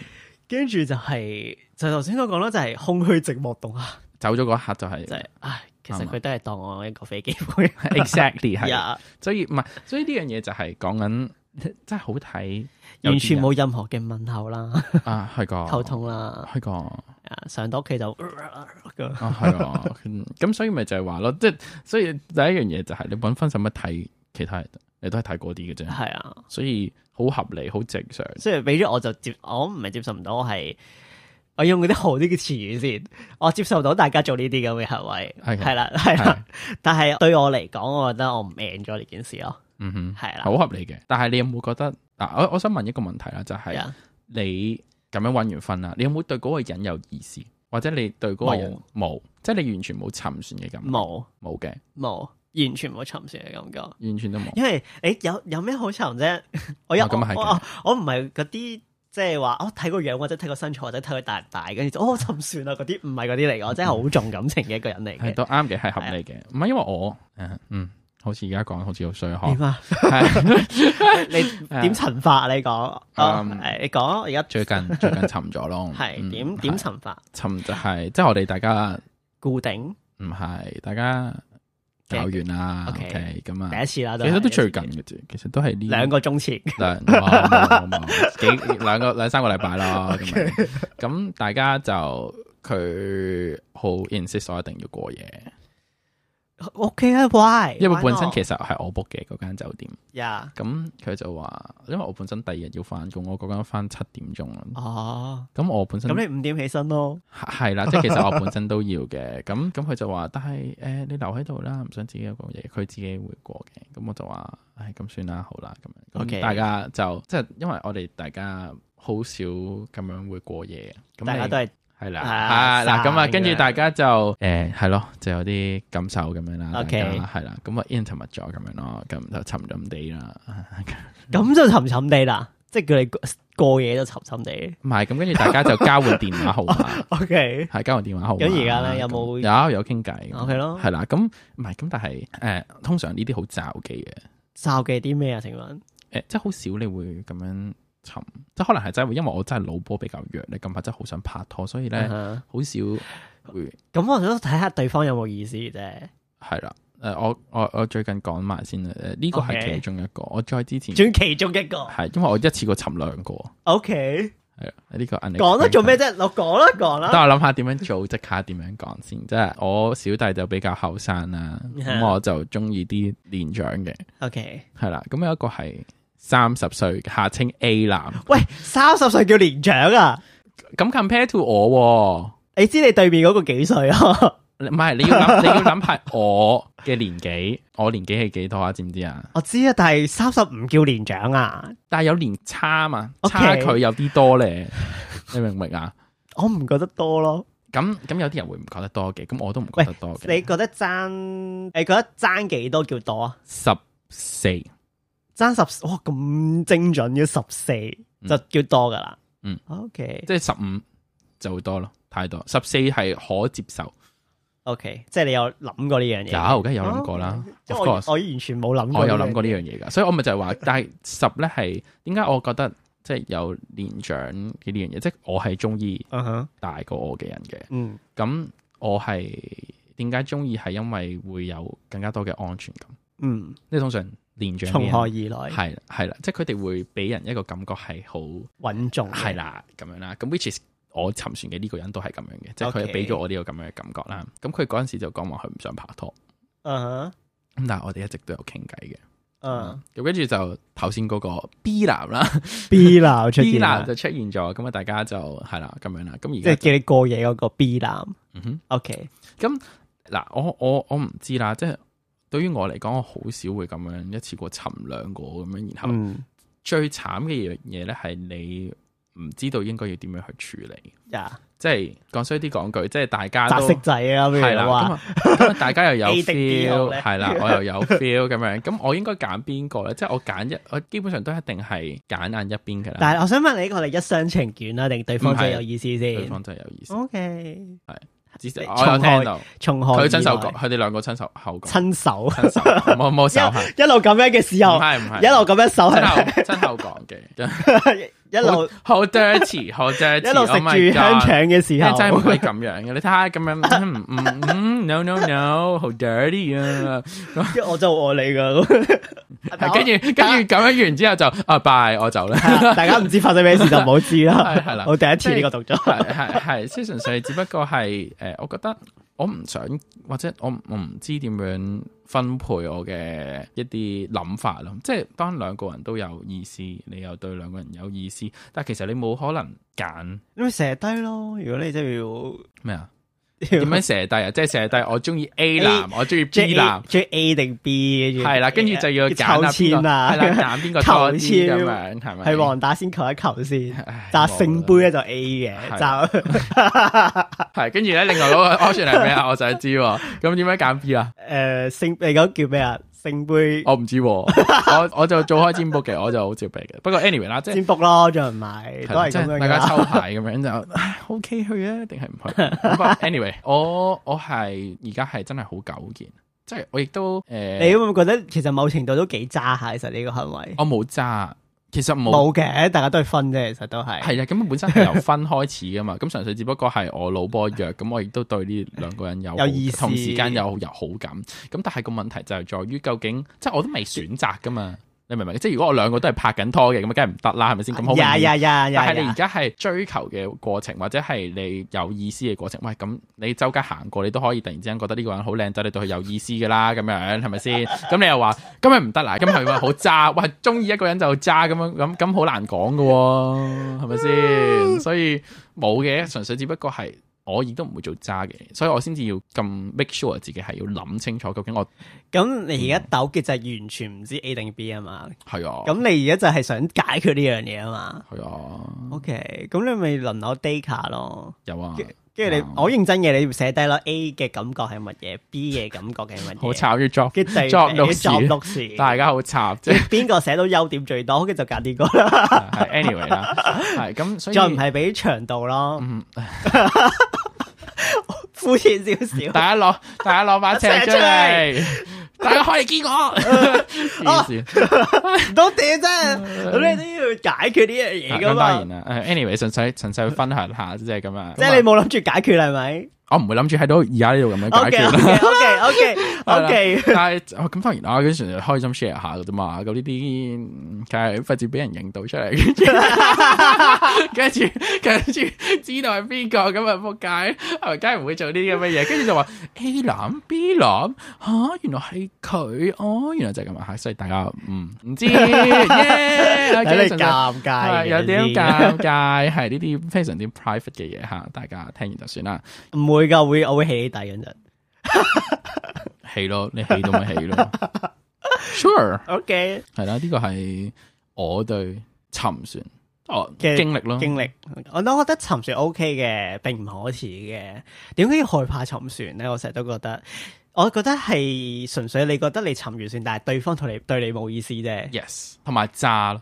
Speaker 2: 跟住就係就頭先所講啦，就係空虛寂寞凍啊，
Speaker 1: 走咗嗰一刻就係
Speaker 2: 就係唉，其實
Speaker 1: 啱啊
Speaker 2: 佢都係當我一個飛機杯
Speaker 1: exactly 係，
Speaker 2: 呀
Speaker 1: 所以唔係，所以呢樣嘢就係講緊 真係好睇，
Speaker 2: 完全冇任何嘅問候啦、
Speaker 1: 啊，係個
Speaker 2: 溝通啦，
Speaker 1: 係個。
Speaker 2: 啊上到屋企就咁
Speaker 1: 啊，系啊， 嗯咁所以咪就係話咯，即係所以第一樣嘢就係你揾分手乜睇其他人，你都係睇嗰啲嘅啫，
Speaker 2: 係啊。
Speaker 1: 所以好合理，好正常。
Speaker 2: 所以俾咗我就接，我唔係接受唔到，我係我用嗰啲好啲嘅詞語先，我接受到大家做呢啲咁嘅行為，
Speaker 1: 係嘅
Speaker 2: 係啦係啊啦， 但係對我嚟講，我覺得我唔 end 咗呢件事咯，
Speaker 1: 嗯哼，
Speaker 2: 係啦，
Speaker 1: 好合理嘅。但係你有冇覺得嗱？我我想問一個問題啦，就係、
Speaker 2: 係啊，
Speaker 1: 你咁樣揾完婚啦，你有冇對嗰個人有意思，或者你對嗰個人冇，即係你完全冇沉船嘅感覺，
Speaker 2: 冇
Speaker 1: 冇嘅，
Speaker 2: 冇，完全冇沉船嘅感覺。
Speaker 1: 完全都冇。
Speaker 2: 因為你有有咩好沉啫？ 我有
Speaker 1: 哦咁啊係嘅
Speaker 2: 我我我唔係嗰啲即係話我睇個樣或者睇個身材或者睇佢大唔大，跟住 就哦沉船啦嗰啲，唔係嗰啲嚟嘅，我真係好重感情嘅一個人嚟
Speaker 1: 嗯係
Speaker 2: 嘅。
Speaker 1: 都啱嘅，係合理
Speaker 2: 啊
Speaker 1: 嘅。唔係因為我，誒嗯，好似而家講好似好衰
Speaker 2: 點
Speaker 1: 呵，
Speaker 2: 啊？
Speaker 1: 係
Speaker 2: 你點沉法啊？你講，哦
Speaker 1: 嗯
Speaker 2: 誒你講而家
Speaker 1: 最 近最近沉咗咯。
Speaker 2: 係
Speaker 1: 嗯
Speaker 2: 點
Speaker 1: 係
Speaker 2: 點沉法？
Speaker 1: 沉就係、即係我哋大家
Speaker 2: 固定
Speaker 1: 唔係大家搞完啦
Speaker 2: OK
Speaker 1: ，OK 咁啊，
Speaker 2: 第一次啦，
Speaker 1: 其實都最
Speaker 2: 係
Speaker 1: 近嘅啫，其實都係呢
Speaker 2: 兩個鐘前，
Speaker 1: 兩哇冇冇冇幾兩個兩三個禮拜 啦，咁樣咁大家就佢好 insist 我一定要過夜，
Speaker 2: O K 啊，why？
Speaker 1: 因為本身其實係我 book 嘅嗰間酒店，
Speaker 2: 呀，
Speaker 1: 咁佢就話，因為我本身第二日要翻工，我嗰間翻七點鐘啦，
Speaker 2: 哦，
Speaker 1: 咁我本身
Speaker 2: 咁你五點起身咯，
Speaker 1: 係啦，即係其實我本身都要嘅，咁咁佢就話，但係誒、呃你留喺度啦，唔想自己有個嘢，佢自己會過嘅，咁我就話，唉，咁算啦，好啦，咁樣，咁
Speaker 2: OK
Speaker 1: 大家就即係因為我哋大家好少咁樣會過夜，咁
Speaker 2: 大家
Speaker 1: 你
Speaker 2: 都係
Speaker 1: 係啦，
Speaker 2: 啊
Speaker 1: 啊嗱，咁啊，
Speaker 2: 散
Speaker 1: 跟住
Speaker 2: 嘅
Speaker 1: 大家就誒係咯，就有啲感受咁樣啦，大
Speaker 2: OK
Speaker 1: 家係啦，咁啊 intimate 咗咁樣咯，咁就沉沉地啦，
Speaker 2: 咁就沉沉地啦，即係叫你過過夜就沉沉地。
Speaker 1: 唔係咁，跟住大家就交換電話 號碼。
Speaker 2: O K，
Speaker 1: 係交換電話號碼。
Speaker 2: 咁而家咧有冇
Speaker 1: 有有傾偈
Speaker 2: OK 咯
Speaker 1: 係啦，咁唔係咁，但係誒、呃通常呢啲好罩忌嘅，誒、
Speaker 2: 哨嘅啲咩啊？請問
Speaker 1: 即係好少你會咁樣沉，即係可能係真係會因為我真係腦波比較弱，你近排真係好想拍拖，所以咧
Speaker 2: 嗯
Speaker 1: 好少會
Speaker 2: 哼咁我都睇下對方有冇意思
Speaker 1: 嗯
Speaker 2: 啫。
Speaker 1: 係啦。誒、我我我最近講埋先啦，誒、呢個
Speaker 2: OK
Speaker 1: 係其中一個我再之前
Speaker 2: 仲要其中一個
Speaker 1: 係因為我一次過沉兩個，
Speaker 2: ，O K，
Speaker 1: 係啊，呢、個
Speaker 2: 講啦
Speaker 1: unexpected
Speaker 2: 做咩啫？我講啦講
Speaker 1: 等
Speaker 2: 啦，
Speaker 1: 我諗下點樣組織下點樣講先，即係我小弟就比較後生啦，
Speaker 2: 嗯
Speaker 1: 咁我就中意啲年長嘅，
Speaker 2: O K，
Speaker 1: 係啦。咁有一個係三十歲，下稱 A 男。
Speaker 2: 喂，三十歲叫年長啊？
Speaker 1: 咁 compare to 我
Speaker 2: 你知你對面嗰個幾歲啊？
Speaker 1: 喎，唔係你要諗，你要諗係我嘅年紀，我年紀係幾多啊？知唔知啊？
Speaker 2: 我知啊，但係三十唔叫年長啊，
Speaker 1: 但係有年差嘛，
Speaker 2: OK
Speaker 1: 差距有啲多咧，你明唔明啊？
Speaker 2: 我唔覺得多咯。
Speaker 1: 咁咁有啲人會唔覺得多嘅，咁我都唔覺
Speaker 2: 喂
Speaker 1: 得多嘅。
Speaker 2: 你覺得爭？你覺得爭幾多叫多啊？
Speaker 1: 十四，
Speaker 2: 爭十哇咁精準要十四就叫多噶啦。
Speaker 1: 嗯
Speaker 2: ，O K
Speaker 1: 即係十五就會多咯，太多。十四係可接受。
Speaker 2: O K，即係你有諗過呢樣嘢？
Speaker 1: 有，梗係有諗過啦。
Speaker 2: 因
Speaker 1: of
Speaker 2: 為我
Speaker 1: course，
Speaker 2: 我完全冇諗過。
Speaker 1: 我有諗過呢樣嘢㗎，所以我咪就係話，但係十咧係點解我覺得即係有年長嘅呢樣嘢，即係我係中意
Speaker 2: 嗯哼，
Speaker 1: 大過我嘅人嘅。
Speaker 2: 嗯
Speaker 1: 咁我係點解中意係因為會有更加多嘅安全感。
Speaker 2: 嗯，
Speaker 1: 即係通常年長
Speaker 2: 從何而
Speaker 1: 嘅人
Speaker 2: 來？
Speaker 1: 係啦係啦，即係佢哋會俾人一個感覺係好
Speaker 2: 穩重嘅
Speaker 1: 係，啦咁樣啦。咁 which is 我沉船嘅呢個人都係咁樣嘅，即係佢
Speaker 2: OK
Speaker 1: 俾咗我呢個咁樣嘅感覺啦。咁佢嗰陣時就講話佢唔想拍拖，
Speaker 2: 嗯哼，
Speaker 1: 咁但係我哋一直都有傾偈嘅。
Speaker 2: 嗯
Speaker 1: 咁跟住就頭先嗰個 B 男啦
Speaker 2: B 男出
Speaker 1: ，B
Speaker 2: 現
Speaker 1: 男
Speaker 2: 啦，
Speaker 1: 就出現咗，咁啊大家就係啦咁樣啦，咁而
Speaker 2: 即係
Speaker 1: 家就
Speaker 2: 叫你過夜嗰個 B 男。
Speaker 1: 嗯哼
Speaker 2: O K，
Speaker 1: 嗱，我我我唔知啦，即係對於我嚟講，我好少會咁樣一次過沉兩個咁樣，然後
Speaker 2: 嗯，
Speaker 1: 最慘嘅嘢咧係你唔知道應該要點樣去處理，
Speaker 2: 呀，
Speaker 1: 即係講衰啲講句，即係大家
Speaker 2: 扎
Speaker 1: 都
Speaker 2: 色。仔啊，譬
Speaker 1: 係啦，
Speaker 2: 如話
Speaker 1: 咁。啊咁啊大家 又有
Speaker 2: A 定 D 好
Speaker 1: feel，
Speaker 2: 咧
Speaker 1: 係啦，我又 有 feel 咁樣，咁我應該揀邊個咧？即係我揀一，我基本上都一定係揀硬一邊㗎啦。
Speaker 2: 但係我想問你，我哋一廂情願啦，定對方最有意思
Speaker 1: 對
Speaker 2: 先
Speaker 1: 方真係有意思。
Speaker 2: ？O K，
Speaker 1: 只
Speaker 2: 即係
Speaker 1: 我有聽到
Speaker 2: 嗯從何
Speaker 1: 佢
Speaker 2: 而
Speaker 1: 親手講，
Speaker 2: 來
Speaker 1: 佢哋兩個親手口講，
Speaker 2: 親手
Speaker 1: 親手講冇冇手係，
Speaker 2: 一路咁樣嘅時
Speaker 1: 唔
Speaker 2: 候，
Speaker 1: 係唔
Speaker 2: 一
Speaker 1: 係，
Speaker 2: 路咁樣手
Speaker 1: 親
Speaker 2: 係
Speaker 1: 口親口講嘅，
Speaker 2: 咪 一路
Speaker 1: 好好 dirty，好 dirty，
Speaker 2: 一路
Speaker 1: oh my
Speaker 2: 食住香
Speaker 1: God
Speaker 2: 腸嘅時
Speaker 1: 真係唔
Speaker 2: 候，
Speaker 1: 可以咁樣嘅，你睇下咁 樣，嗯嗯嗯，no no no，好 dirty 啊！
Speaker 2: 跟住我就愛 你噶。但我
Speaker 1: 跟住跟住咁樣完之後就啊 bye，我 走啦。
Speaker 2: 係啊啦大家唔知發生咩事就唔好知啦。
Speaker 1: 係啊係啦
Speaker 2: 我第一次呢個動作，
Speaker 1: 係係係，即係純粹只不過係誒、呃我覺得我唔想或者我唔我唔知點樣分配我嘅一啲諗法咯。即係當兩個人都有意思，你又對兩個人有意思，但係其實你冇可能揀
Speaker 2: 你咪射低咯。如果你真係
Speaker 1: 咩啊？
Speaker 2: 要
Speaker 1: 點樣射低啊？即係射低，我中意 A
Speaker 2: A-
Speaker 1: 男，我中意
Speaker 2: J
Speaker 1: B 男。
Speaker 2: J A 定 B 跟住
Speaker 1: 係啦，跟住就要揀啦，
Speaker 2: 抽
Speaker 1: 邊
Speaker 2: 籤
Speaker 1: 個
Speaker 2: 啊
Speaker 1: 係啦，揀邊個多
Speaker 2: 求
Speaker 1: 啲
Speaker 2: 籤
Speaker 1: 咁樣，係咪？
Speaker 2: 係黃打先求一求先。
Speaker 1: 唉
Speaker 2: 但係聖杯啊
Speaker 1: 冇啦
Speaker 2: 咧就 A
Speaker 1: 係
Speaker 2: 嘅，就
Speaker 1: 係跟住咧，另外嗰個 option 係咩啊？我想知喎，咁點樣揀 B 啊？
Speaker 2: 诶聖你講叫咩啊？聖杯
Speaker 1: 我唔知喎，我我就做開占卜嘅，我就好照避嘅。不過 anyway 啦，即係
Speaker 2: 占卜咯，仲有唔
Speaker 1: 係
Speaker 2: 係都
Speaker 1: 啦
Speaker 2: 係
Speaker 1: 即
Speaker 2: 咁樣
Speaker 1: 係
Speaker 2: 噶
Speaker 1: 大家
Speaker 2: 啦。
Speaker 1: 抽牌咁樣就唉 OK 去啊，定係唔 去？不過 anyway，我我係而家係真係好糾結，即係我亦都
Speaker 2: 你
Speaker 1: 誒，
Speaker 2: 會唔會覺得其實某程度都幾渣下？其實呢個行為
Speaker 1: 我冇揸，其實冇
Speaker 2: 冇嘅，大家都係分啫，其實都係。
Speaker 1: 係啊，咁本身係由分開始噶嘛， 咁純粹只不過係我腦波弱，咁我亦都對呢兩個人有好
Speaker 2: 有意思
Speaker 1: 同時間有有好感。咁但係個問題就係在於究竟，即係我都未選擇噶嘛，你明唔明？即係如果我兩個都係拍緊拖嘅，咁啊梗係唔得啦，係咪先？咁好明
Speaker 2: 呀
Speaker 1: 顯
Speaker 2: 呀呀哎呀！
Speaker 1: 但係你而
Speaker 2: 呀
Speaker 1: 家係追求嘅過程，或者係你有意思嘅過程。喂，咁你周街行過，你都可以突然之間覺得呢個人好靚仔，你對佢有意思噶啦，咁樣係咪 先？咁你又話今日唔得啦，今日係咪好渣？喂，中意一個人就渣咁樣，咁咁好難講噶喎，係咪
Speaker 2: 嗯
Speaker 1: 先？所以冇嘅，純粹只不過係。我亦都唔會做渣嘅，所以我先至要咁 make sure 自己係要諗清楚，究竟我
Speaker 2: 咁你而家糾結就係完全唔知 A 定 B 啊嘛。
Speaker 1: 係啊，
Speaker 2: 咁你而家就係想解決呢樣嘢啊嘛。
Speaker 1: 係啊，
Speaker 2: OK，咁你咪輪流 data 咯。
Speaker 1: 有啊，
Speaker 2: 跟住你，
Speaker 1: 嗯
Speaker 2: 我認真嘅，你寫低啦。A 嘅感覺係乜嘢？B 嘅感覺係乜嘢？
Speaker 1: 好慘要 job，
Speaker 2: 跟住第
Speaker 1: job 六時
Speaker 2: job 六時，
Speaker 1: 大家好慘啫。
Speaker 2: 邊個寫到優點最多，跟住就揀呢個啦。
Speaker 1: 係 anyway 啦，係 咁，所以
Speaker 2: 再唔係俾長度咯，
Speaker 1: 嗯
Speaker 2: 膚淺少少。
Speaker 1: 大家攞大家攞把尺出嚟， 大家可以 見我。黐線
Speaker 2: 唔到地啫，咁你都要解決呢樣嘢噶
Speaker 1: 咁當然
Speaker 2: 嘛。
Speaker 1: 啦。誒 anyway，純粹純粹分享下即係咁啊。
Speaker 2: 即係你冇諗住解決啦係咪
Speaker 1: 我唔會諗住喺到而家呢度 咁樣解
Speaker 2: ？OK
Speaker 1: 決
Speaker 2: OK
Speaker 1: 啦。
Speaker 2: OK OK
Speaker 1: 係啦
Speaker 2: OK，
Speaker 1: 但係哦咁當然啦，跟住就開心 share 下嘅啫嘛。咁呢啲嗯梗係費事俾人認到出嚟， 跟住跟住知道係邊個咁啊仆街，係咪梗係唔會做呢啲咁嘅嘢？跟住就話 A 男 B 男吓、原來係佢哦，原來就係咁啊！所以大家嗯唔 知耶，
Speaker 2: 睇
Speaker 1: OK，
Speaker 2: 你
Speaker 1: 純粹
Speaker 2: 尷尬
Speaker 1: 係
Speaker 2: 嘅，
Speaker 1: 有啲
Speaker 2: 你知
Speaker 1: 尷尬，係呢啲非常之 private 嘅嘢吓，大家聽完就算啦。
Speaker 2: 唔會噶，會我會起你底嗰陣。
Speaker 1: 起咯，你起都咪起 咯，sure。
Speaker 2: OK，
Speaker 1: 系啦，呢個係我對沉船哦
Speaker 2: 嘅
Speaker 1: 經歷咯，
Speaker 2: 經歷我都覺得沉船 OK 嘅，並唔可恥嘅。點解要害怕沉船咧？我成日都覺得，我覺得係純粹你覺得你沉完船，但係對方同你對你冇意思啫。
Speaker 1: yes，同埋渣咯，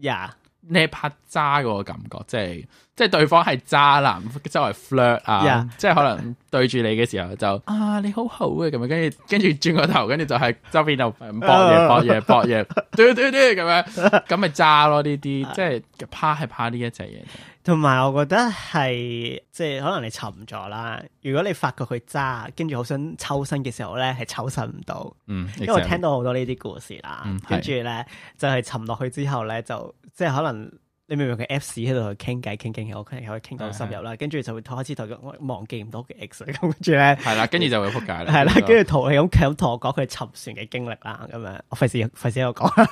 Speaker 2: 呀，
Speaker 1: 呢一 part 渣嗰個感覺，即係即係對方係渣男，周圍 flirt 啊
Speaker 2: Yeah
Speaker 1: 即係可能對住你嘅時候就啊你好好啊咁樣，跟住跟住轉個頭，跟住就係周邊度搏
Speaker 2: 哦
Speaker 1: 嘢搏嘢搏 嘢，嘟嘟嘟咁樣，咁咪渣咯呢啲，即係怕係怕呢一隻嘢，
Speaker 2: 同埋我覺得係即係可能你沉咗啦。如果你發覺佢渣，跟住好想抽身嘅時候咧，係抽身唔到。
Speaker 1: 嗯，
Speaker 2: 因為我
Speaker 1: exactly
Speaker 2: 聽到好多呢啲故事啦
Speaker 1: 嗯，
Speaker 2: 跟住咧就係沉落去之後咧，就即係可能你明唔明佢 Apps 喺度傾偈傾傾，我可能可以傾到深入啦，跟住就會開始同佢我忘記唔到嘅 ex 咁，跟住咧
Speaker 1: 係啦，跟住就會撲街啦，
Speaker 2: 係啦，跟住同佢咁強同我講佢沉船嘅經歷啦，咁樣我費事費事喺度 講，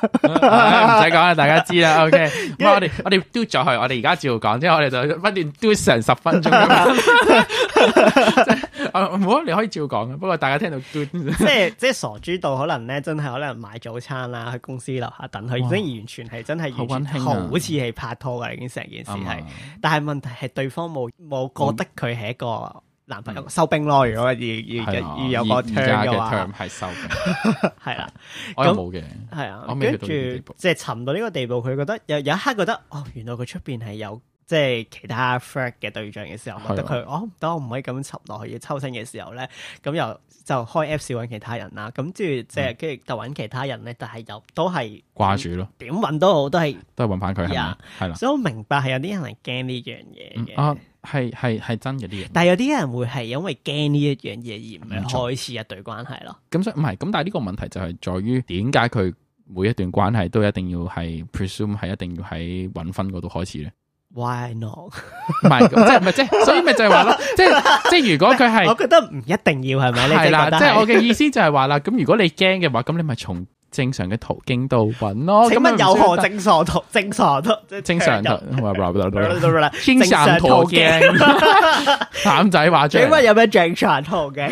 Speaker 1: 唉唔使講啦，大家知啦。OK，咁我哋我哋嘟咗佢，我哋而家照講，之後我哋就不斷嘟成十分鐘咁樣。即係啊唔好，你可以照講嘅，不過大家聽到嘟
Speaker 2: 即係即係傻豬到可能咧，真係可能買早餐啦，去公司樓下等佢，已
Speaker 1: 哇
Speaker 2: 經完全係真係
Speaker 1: 好
Speaker 2: 完
Speaker 1: 溫馨
Speaker 2: 全
Speaker 1: 啊
Speaker 2: 好似係拍拖㗎啦，已經成件事係。但係問題係對方冇冇覺得佢係一個男朋友
Speaker 1: 嗯
Speaker 2: 收兵咯。如果要要
Speaker 1: 啊
Speaker 2: 要要有個 turn 嘅話，
Speaker 1: term 係收嘅，
Speaker 2: 係啦，
Speaker 1: 我又冇嘅。
Speaker 2: 係啊
Speaker 1: 我，未
Speaker 2: 跟
Speaker 1: 去到呢個地
Speaker 2: 住
Speaker 1: 步
Speaker 2: 即係沉到呢個地步，佢覺得有有一刻覺得哦，原來佢出邊係有即係其他 flirt 嘅對象嘅時候，
Speaker 1: 係啊
Speaker 2: 覺得佢哦唔得，我唔可以咁沉落去，要抽身嘅時候咧，咁又就開 apps 揾其他人啦。咁跟住即
Speaker 1: 嗯
Speaker 2: 係跟住就揾其他人咧，但係又都係
Speaker 1: 掛住咯，
Speaker 2: 點揾都好，都係，
Speaker 1: 都係揾翻佢係咪
Speaker 2: Yeah？
Speaker 1: 係啦，
Speaker 2: 所以我明白係有啲人係驚呢樣
Speaker 1: 嗯
Speaker 2: 嘢嘅。
Speaker 1: 啊，係係係真嘅啲嘢。
Speaker 2: 但係有啲人會係因為驚呢一樣嘢而唔係開始一對關係咯。
Speaker 1: 咁所以唔係，咁但係呢個問題就係在於點解佢每一段關係都一定要係 presume 係一定要喺揾分嗰度開始咧？
Speaker 2: Why not？
Speaker 1: 唔係，咁即係唔係即係，所以咪就係話咯，即係即係如果佢係
Speaker 2: 我。覺得唔一定要係咪？你
Speaker 1: 係啦，即係
Speaker 2: 係
Speaker 1: 我嘅意思就係話啦，咁如果你驚嘅話，咁你咪從正常嘅途徑度揾咯。
Speaker 2: 請
Speaker 1: 咁咪唔
Speaker 2: 問
Speaker 1: 需要
Speaker 2: 有何
Speaker 1: 得
Speaker 2: 正常途啊正常途
Speaker 1: 正常途？正
Speaker 2: 正
Speaker 1: 常
Speaker 2: 常
Speaker 1: 途
Speaker 2: 途
Speaker 1: 徑
Speaker 2: 徑？
Speaker 1: 淡仔話
Speaker 2: 請
Speaker 1: 最
Speaker 2: 問有咩正常途徑？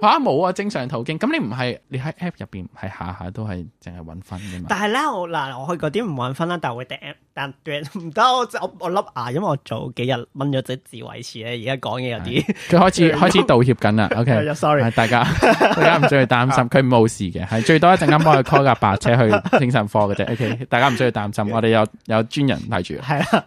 Speaker 1: 吓冇啊，正常途徑。咁你唔係你喺 app 入邊唔係下下都係淨係揾分噶嘛？
Speaker 2: 但係咧，我嗱我去嗰啲唔揾分啦，但係會掟，但掟唔得，我我我粒牙，因為我早幾日掹咗隻智慧齒咧，而家講嘢有啲
Speaker 1: 佢開始開始道歉緊啦。OK，
Speaker 2: 有 sorry
Speaker 1: 啊
Speaker 2: 啊
Speaker 1: 係。大家 大家唔需要擔心，佢冇事嘅，係最多一陣間幫佢 call 架白車去精神科 嘅啫。OK，大家唔需要擔心，我哋有有專人睇住。
Speaker 2: 系啦，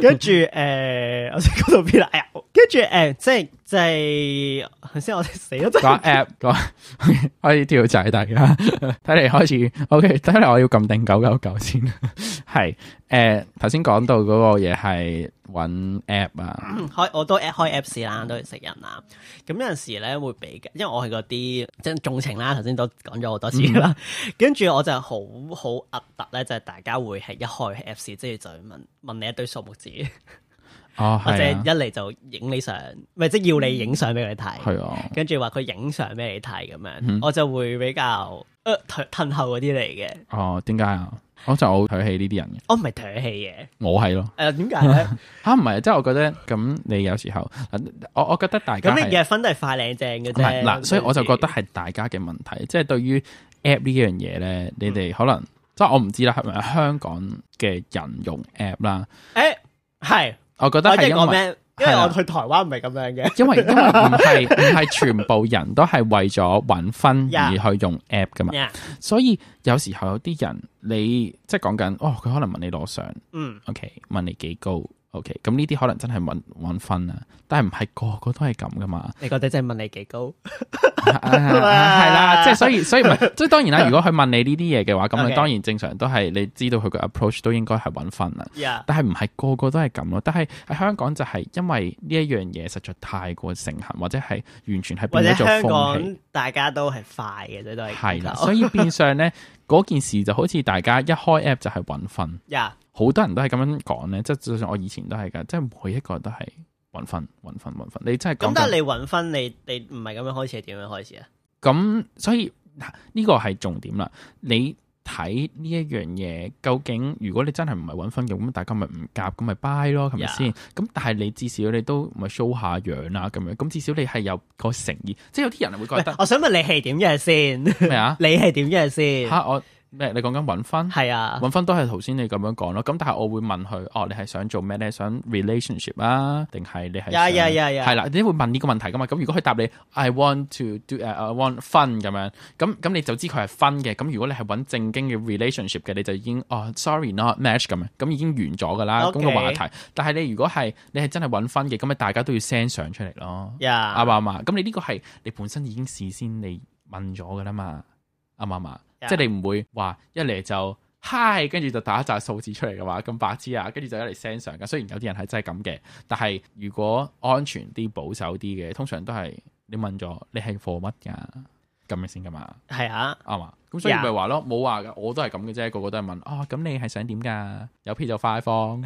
Speaker 2: 跟住诶，我先講到邊啦？哎呀，跟住诶，即係即係頭先我哋死咗真
Speaker 1: 個 app 個 開始跳掣，大家睇嚟開始 OK，睇嚟我要撳定九九九先， 係誒頭先講到嗰個嘢係揾 app 啊，
Speaker 2: 嗯開我都 at 開 Apps 啦，都識人啦。咁有陣時咧會比較，因為我係嗰啲即係重情啦，頭先都講咗好多次啦。
Speaker 1: 嗯
Speaker 2: 跟住、我就好好核突咧，就係、大家會係一開 Apps，即係就問問你一堆數目字，
Speaker 1: 啊哦
Speaker 2: 或者
Speaker 1: 係
Speaker 2: 一
Speaker 1: 啊，
Speaker 2: 嚟就影你相，咪即係要你影相俾佢睇。
Speaker 1: 係嗯啊，
Speaker 2: 跟住話佢影相俾你睇咁樣，我就會比較誒褪褪後嗰啲嚟嘅，哦
Speaker 1: 哦點解啊？我就好睇起呢啲人嘅，
Speaker 2: 我唔係唾氣嘅。
Speaker 1: 我係咯啊
Speaker 2: 誒點解 咧？
Speaker 1: 嚇唔係，即係我覺得咁你有時候，我我覺得大家
Speaker 2: 咁你
Speaker 1: 係
Speaker 2: 日分都係快靚正嘅
Speaker 1: 唔係
Speaker 2: 啫。
Speaker 1: 嗱，所以我就覺得係大家嘅問題，即係對於 app 呢樣嘢咧，你
Speaker 2: 嗯
Speaker 1: 哋可能即係我唔知啦，係咪香港嘅人用 app 啦？
Speaker 2: 誒係，
Speaker 1: 我覺得
Speaker 2: 我
Speaker 1: 係
Speaker 2: 即係
Speaker 1: 因
Speaker 2: 講
Speaker 1: 為。
Speaker 2: 咩？因為
Speaker 1: 係啦啊
Speaker 2: 我去台灣唔係咁樣嘅。
Speaker 1: 因為因為唔 係唔係全部人都係為咗揾分而
Speaker 2: Yeah.
Speaker 1: 去用 app 噶嘛，
Speaker 2: Yeah，
Speaker 1: 所以有時候有啲人你即係講緊哦，佢可能問你攞相
Speaker 2: 嗯，
Speaker 1: ，OK，問你幾高，OK，咁呢啲可能真係揾揾分啊，但係唔係個個都係咁噶嘛，
Speaker 2: 你覺得真係問你幾高？
Speaker 1: 啊啊 啊係啦，即係所以所以唔係，即係當然啦，如果佢問你呢啲嘢嘅話，咁你
Speaker 2: Okay.
Speaker 1: 當然正常都係你知道佢個 approach 都應該係揾分啦。
Speaker 2: 呀，
Speaker 1: 但係唔係個個都係咁咯。但係喺香港就係因為呢一樣嘢實在太過盛行，或者係完全係
Speaker 2: 或
Speaker 1: 變
Speaker 2: 者
Speaker 1: 咗做
Speaker 2: 香
Speaker 1: 風氣，
Speaker 2: 港大家都係快嘅啫，都係
Speaker 1: 係啦。
Speaker 2: 講求
Speaker 1: 所以變相咧，嗰件事就好似大家一開 app 就係揾分，
Speaker 2: 呀，
Speaker 1: 好多人都係咁樣講咧。即係就算我以前都係㗎，即係每一個都係揾分、揾分、揾分。你真係
Speaker 2: 咁
Speaker 1: 講
Speaker 2: 但係
Speaker 1: 緊
Speaker 2: 你揾分，你你唔係咁樣開始，係點樣開始啊？
Speaker 1: 咁，所以嗱呢個係重點啦。你睇呢一樣嘢，究竟如果你真係唔係揾分嘅，咁大家咪唔夾，咁咪 buy 咯，係咪
Speaker 2: Yeah.
Speaker 1: 先？咁但係你至少你都咪 show 下樣啦，咁樣咁至少你係有個誠意。即係有啲人會覺
Speaker 2: 喂
Speaker 1: 得
Speaker 2: 我想問你係點樣先？你
Speaker 1: 咩啊？
Speaker 2: 係點樣先？
Speaker 1: 嚇我咩？你講緊揾分？
Speaker 2: 係啊，
Speaker 1: 揾分都係頭先你咁樣講咯。咁但係我會問佢，哦，你係想做咩咧？想 relationship 啊，定係你係啊
Speaker 2: 呀
Speaker 1: 想
Speaker 2: 呀呀呀
Speaker 1: 係啦，你會問呢個問題噶嘛？咁如果佢答你 I want to do 誒、I want fun 咁樣，咁咁你就知佢係 fun 嘅。咁如果你係揾正經嘅 relationship 嘅，你就已經哦 sorry not match 咁樣，咁已經完咗噶啦。咁
Speaker 2: OK
Speaker 1: 個話題。但係你如果係你係真係揾 fun 嘅，咁咪大家都要 send 相出嚟咯。
Speaker 2: 呀
Speaker 1: 啱唔啱啊？咁你呢個係你本身已經事先你問咗噶啦嘛，啱唔啱啊？
Speaker 2: Yeah.
Speaker 1: 即係你唔會話一嚟就 hi，跟住就打一紮數字出嚟嘅話，咁白痴啊！跟住就一嚟 send 上嘅。雖然有啲人係真係咁嘅，但係如果安全啲、保守啲嘅，通常都係你問咗你係貨乜㗎，咁樣先㗎嘛，
Speaker 2: 係啊，
Speaker 1: 啱嘛？咁所以
Speaker 2: Yeah.
Speaker 1: 咪話咯，冇話㗎，我都係咁嘅啫，個個都係問啊，咁你係想點㗎？有 P 就快 放，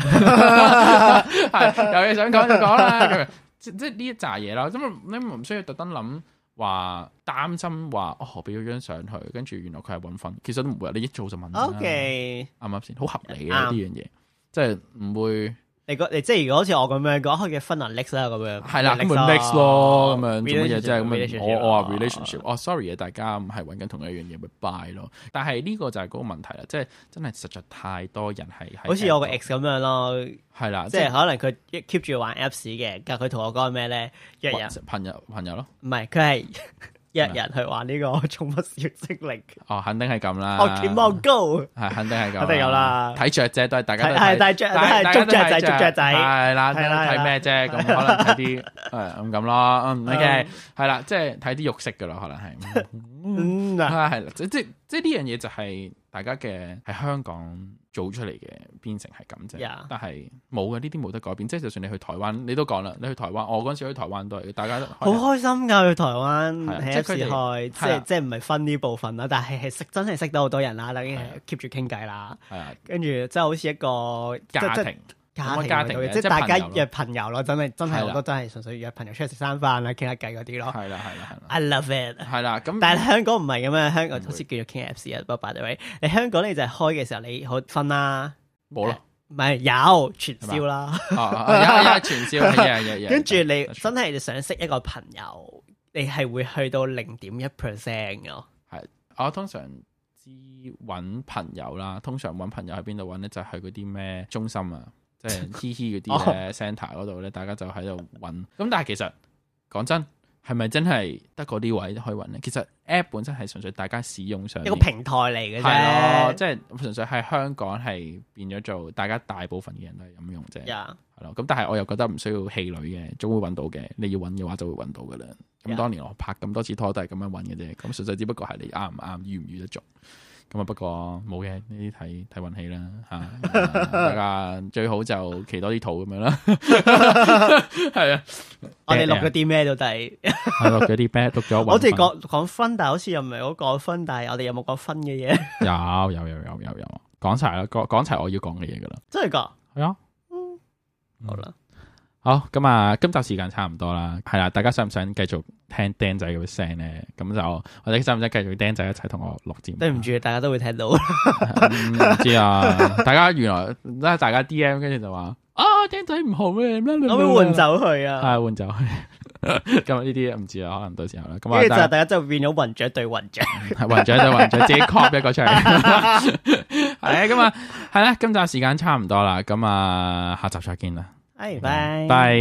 Speaker 1: 係有嘢想講就講啦，咁樣即即呢一紮嘢啦，咁你唔需要特登諗話擔心話哦，我俾咗張相佢，跟住原來佢係揾分，其實都唔會，你一早就問啦
Speaker 2: OK。
Speaker 1: 啱唔啱先？好合理嘅呢
Speaker 2: 啱
Speaker 1: 樣嘢，即係唔會
Speaker 2: 你個你即係如果好似我咁樣講，佢嘅分啊 next 啦咁樣，
Speaker 1: 係啦，咁咪
Speaker 2: next 啦
Speaker 1: next 咯，咁樣做乜嘢啫？咁
Speaker 2: Relationship，relationship 啊
Speaker 1: 樣我我話
Speaker 2: 啦
Speaker 1: relationship，哦，sorry 啊，大家唔係揾緊同一樣嘢，咪 buy 咯。但係呢個就係嗰個問題啦，即係真係實在太多人係啊喺
Speaker 2: 好似我個
Speaker 1: app
Speaker 2: ex 咁樣咯，
Speaker 1: 度啊係啦，
Speaker 2: 即係可能佢 keep 住玩 apps 嘅，但係佢同我講係咩咧？約人
Speaker 1: 係朋友朋友咯，
Speaker 2: 唔係佢係 約人去玩呢個 寵物小精靈，
Speaker 1: 哦，肯定係咁啦。
Speaker 2: Pokemon Go
Speaker 1: 係肯定係咁，
Speaker 2: 肯定有啦
Speaker 1: 睇雀啫，都係大家都
Speaker 2: 係係大雀
Speaker 1: 大家
Speaker 2: 都
Speaker 1: 大家都啊
Speaker 2: 係捉雀仔捉雀仔
Speaker 1: 係啦，
Speaker 2: 係啦
Speaker 1: 睇咩啫？咁可能睇啲 誒咁咁咯， 嗯，OK，
Speaker 2: 嗯
Speaker 1: 係啦，即係睇啲肉色噶啦，可能係，
Speaker 2: 嗯嗱，
Speaker 1: 啊係啦，即即即呢樣嘢就係大家嘅喺香港做出嚟嘅，變成係咁啫
Speaker 2: Yeah。
Speaker 1: 但係冇嘅，呢啲冇得改變。即係就算你去台灣，你都講啦，你去台灣，我嗰陣時去台灣都係，大家都
Speaker 2: 好開心㗎去台灣
Speaker 1: 係啊
Speaker 2: 喺
Speaker 1: 即係佢
Speaker 2: apps
Speaker 1: 哋
Speaker 2: 開，即
Speaker 1: 係啊
Speaker 2: 係即係唔係分呢部分啦，但係係識真係識到好多人啦，已經
Speaker 1: 係啊
Speaker 2: keep 住傾偈啦，
Speaker 1: 係啊
Speaker 2: 跟住即係好似一個即
Speaker 1: 家
Speaker 2: 即
Speaker 1: 庭
Speaker 2: 家
Speaker 1: 咁
Speaker 2: 庭
Speaker 1: 啊家庭
Speaker 2: 嗰
Speaker 1: 嘅
Speaker 2: 啲即
Speaker 1: 即係
Speaker 2: 係大家
Speaker 1: 朋友咯
Speaker 2: 約朋友咯，真係真
Speaker 1: 係
Speaker 2: 係
Speaker 1: 啦
Speaker 2: 好多真係純粹約朋友出嚟食餐飯啊啦，傾下偈嗰啲咯。
Speaker 1: 係啦係啦係啦
Speaker 2: I love it。
Speaker 1: 係啦， 咁
Speaker 2: 但係香港唔係咁樣，香港
Speaker 1: 唔會
Speaker 2: 好似叫做傾 Apps 啊，不過 by the way，你香港你就係開嘅時候你好分啦，
Speaker 1: 冇啦。
Speaker 2: 唔係有傳銷啦，
Speaker 1: 哦哦哦有有有傳銷，係係係
Speaker 2: 跟住你真係你想識一個朋友，你係會去到零點一 percent 嘅。
Speaker 1: 我通常知揾朋友啦，通常揾朋友喺邊度揾咧，就係去嗰啲咩中心啊，即係嘻嘻嗰啲
Speaker 2: 哦
Speaker 1: 咧 centre 嗰度咧，大家就喺度揾。咁但係其實講真，係咪真係得嗰啲位可以揾咧？其實 app 本身係純粹大家使用上
Speaker 2: 一
Speaker 1: 面
Speaker 2: 個平台嚟嘅
Speaker 1: 係咯，
Speaker 2: 啫。
Speaker 1: 即係純粹係香港係變咗做大家大部分嘅人都係咁用啫，
Speaker 2: 呀
Speaker 1: 係咯。咁但係我又覺得唔需要氣餒嘅，總會揾到嘅。你要揾嘅話就會揾到噶啦。咁
Speaker 2: Yeah.
Speaker 1: 當年我拍咁多次拖都係咁樣揾嘅啫。咁純粹只不過係你啱唔啱，遇唔遇得足。咁啊，不過冇嘅，呢啲睇睇運氣啦嚇。啊 大家最好就期多啲肚咁樣啦。 係啊，
Speaker 2: 我哋錄咗啲咩到底？
Speaker 1: 係錄咗啲 bad，錄咗
Speaker 2: 我哋
Speaker 1: 講
Speaker 2: 講講分，但係好似又唔係好講分，但係我哋有冇講分嘅嘢？
Speaker 1: 有有有有有有講晒啦，講講齊我要講嘅嘢噶啦。
Speaker 2: 真係噶，
Speaker 1: 係啊，
Speaker 2: 好啦，
Speaker 1: 好咁啊，今集時間差唔多啦，係啦，大家想唔想繼續聽釘仔嗰啲聲咧？咁就或者想唔想繼續釘仔一齊同我錄節目？
Speaker 2: 對唔住，大家都會聽 到。
Speaker 1: 嗯唔知啊，大家原來咧，大家 D M 跟住就話啊，釘仔唔好咩咩，
Speaker 2: 我會換走佢啊，
Speaker 1: 係換走。 咁呢啲唔知啊，可能到時候啦。咁
Speaker 2: 跟住就
Speaker 1: 啊，嗯
Speaker 2: 大家就變咗雲雀對雲雀。
Speaker 1: 雲雀就雲雀，自己 cop 一個出嚟。 係咁啊，係啦，今集時間差唔多啦，咁啊，下集再見啦，
Speaker 2: 哎，拜
Speaker 1: 拜。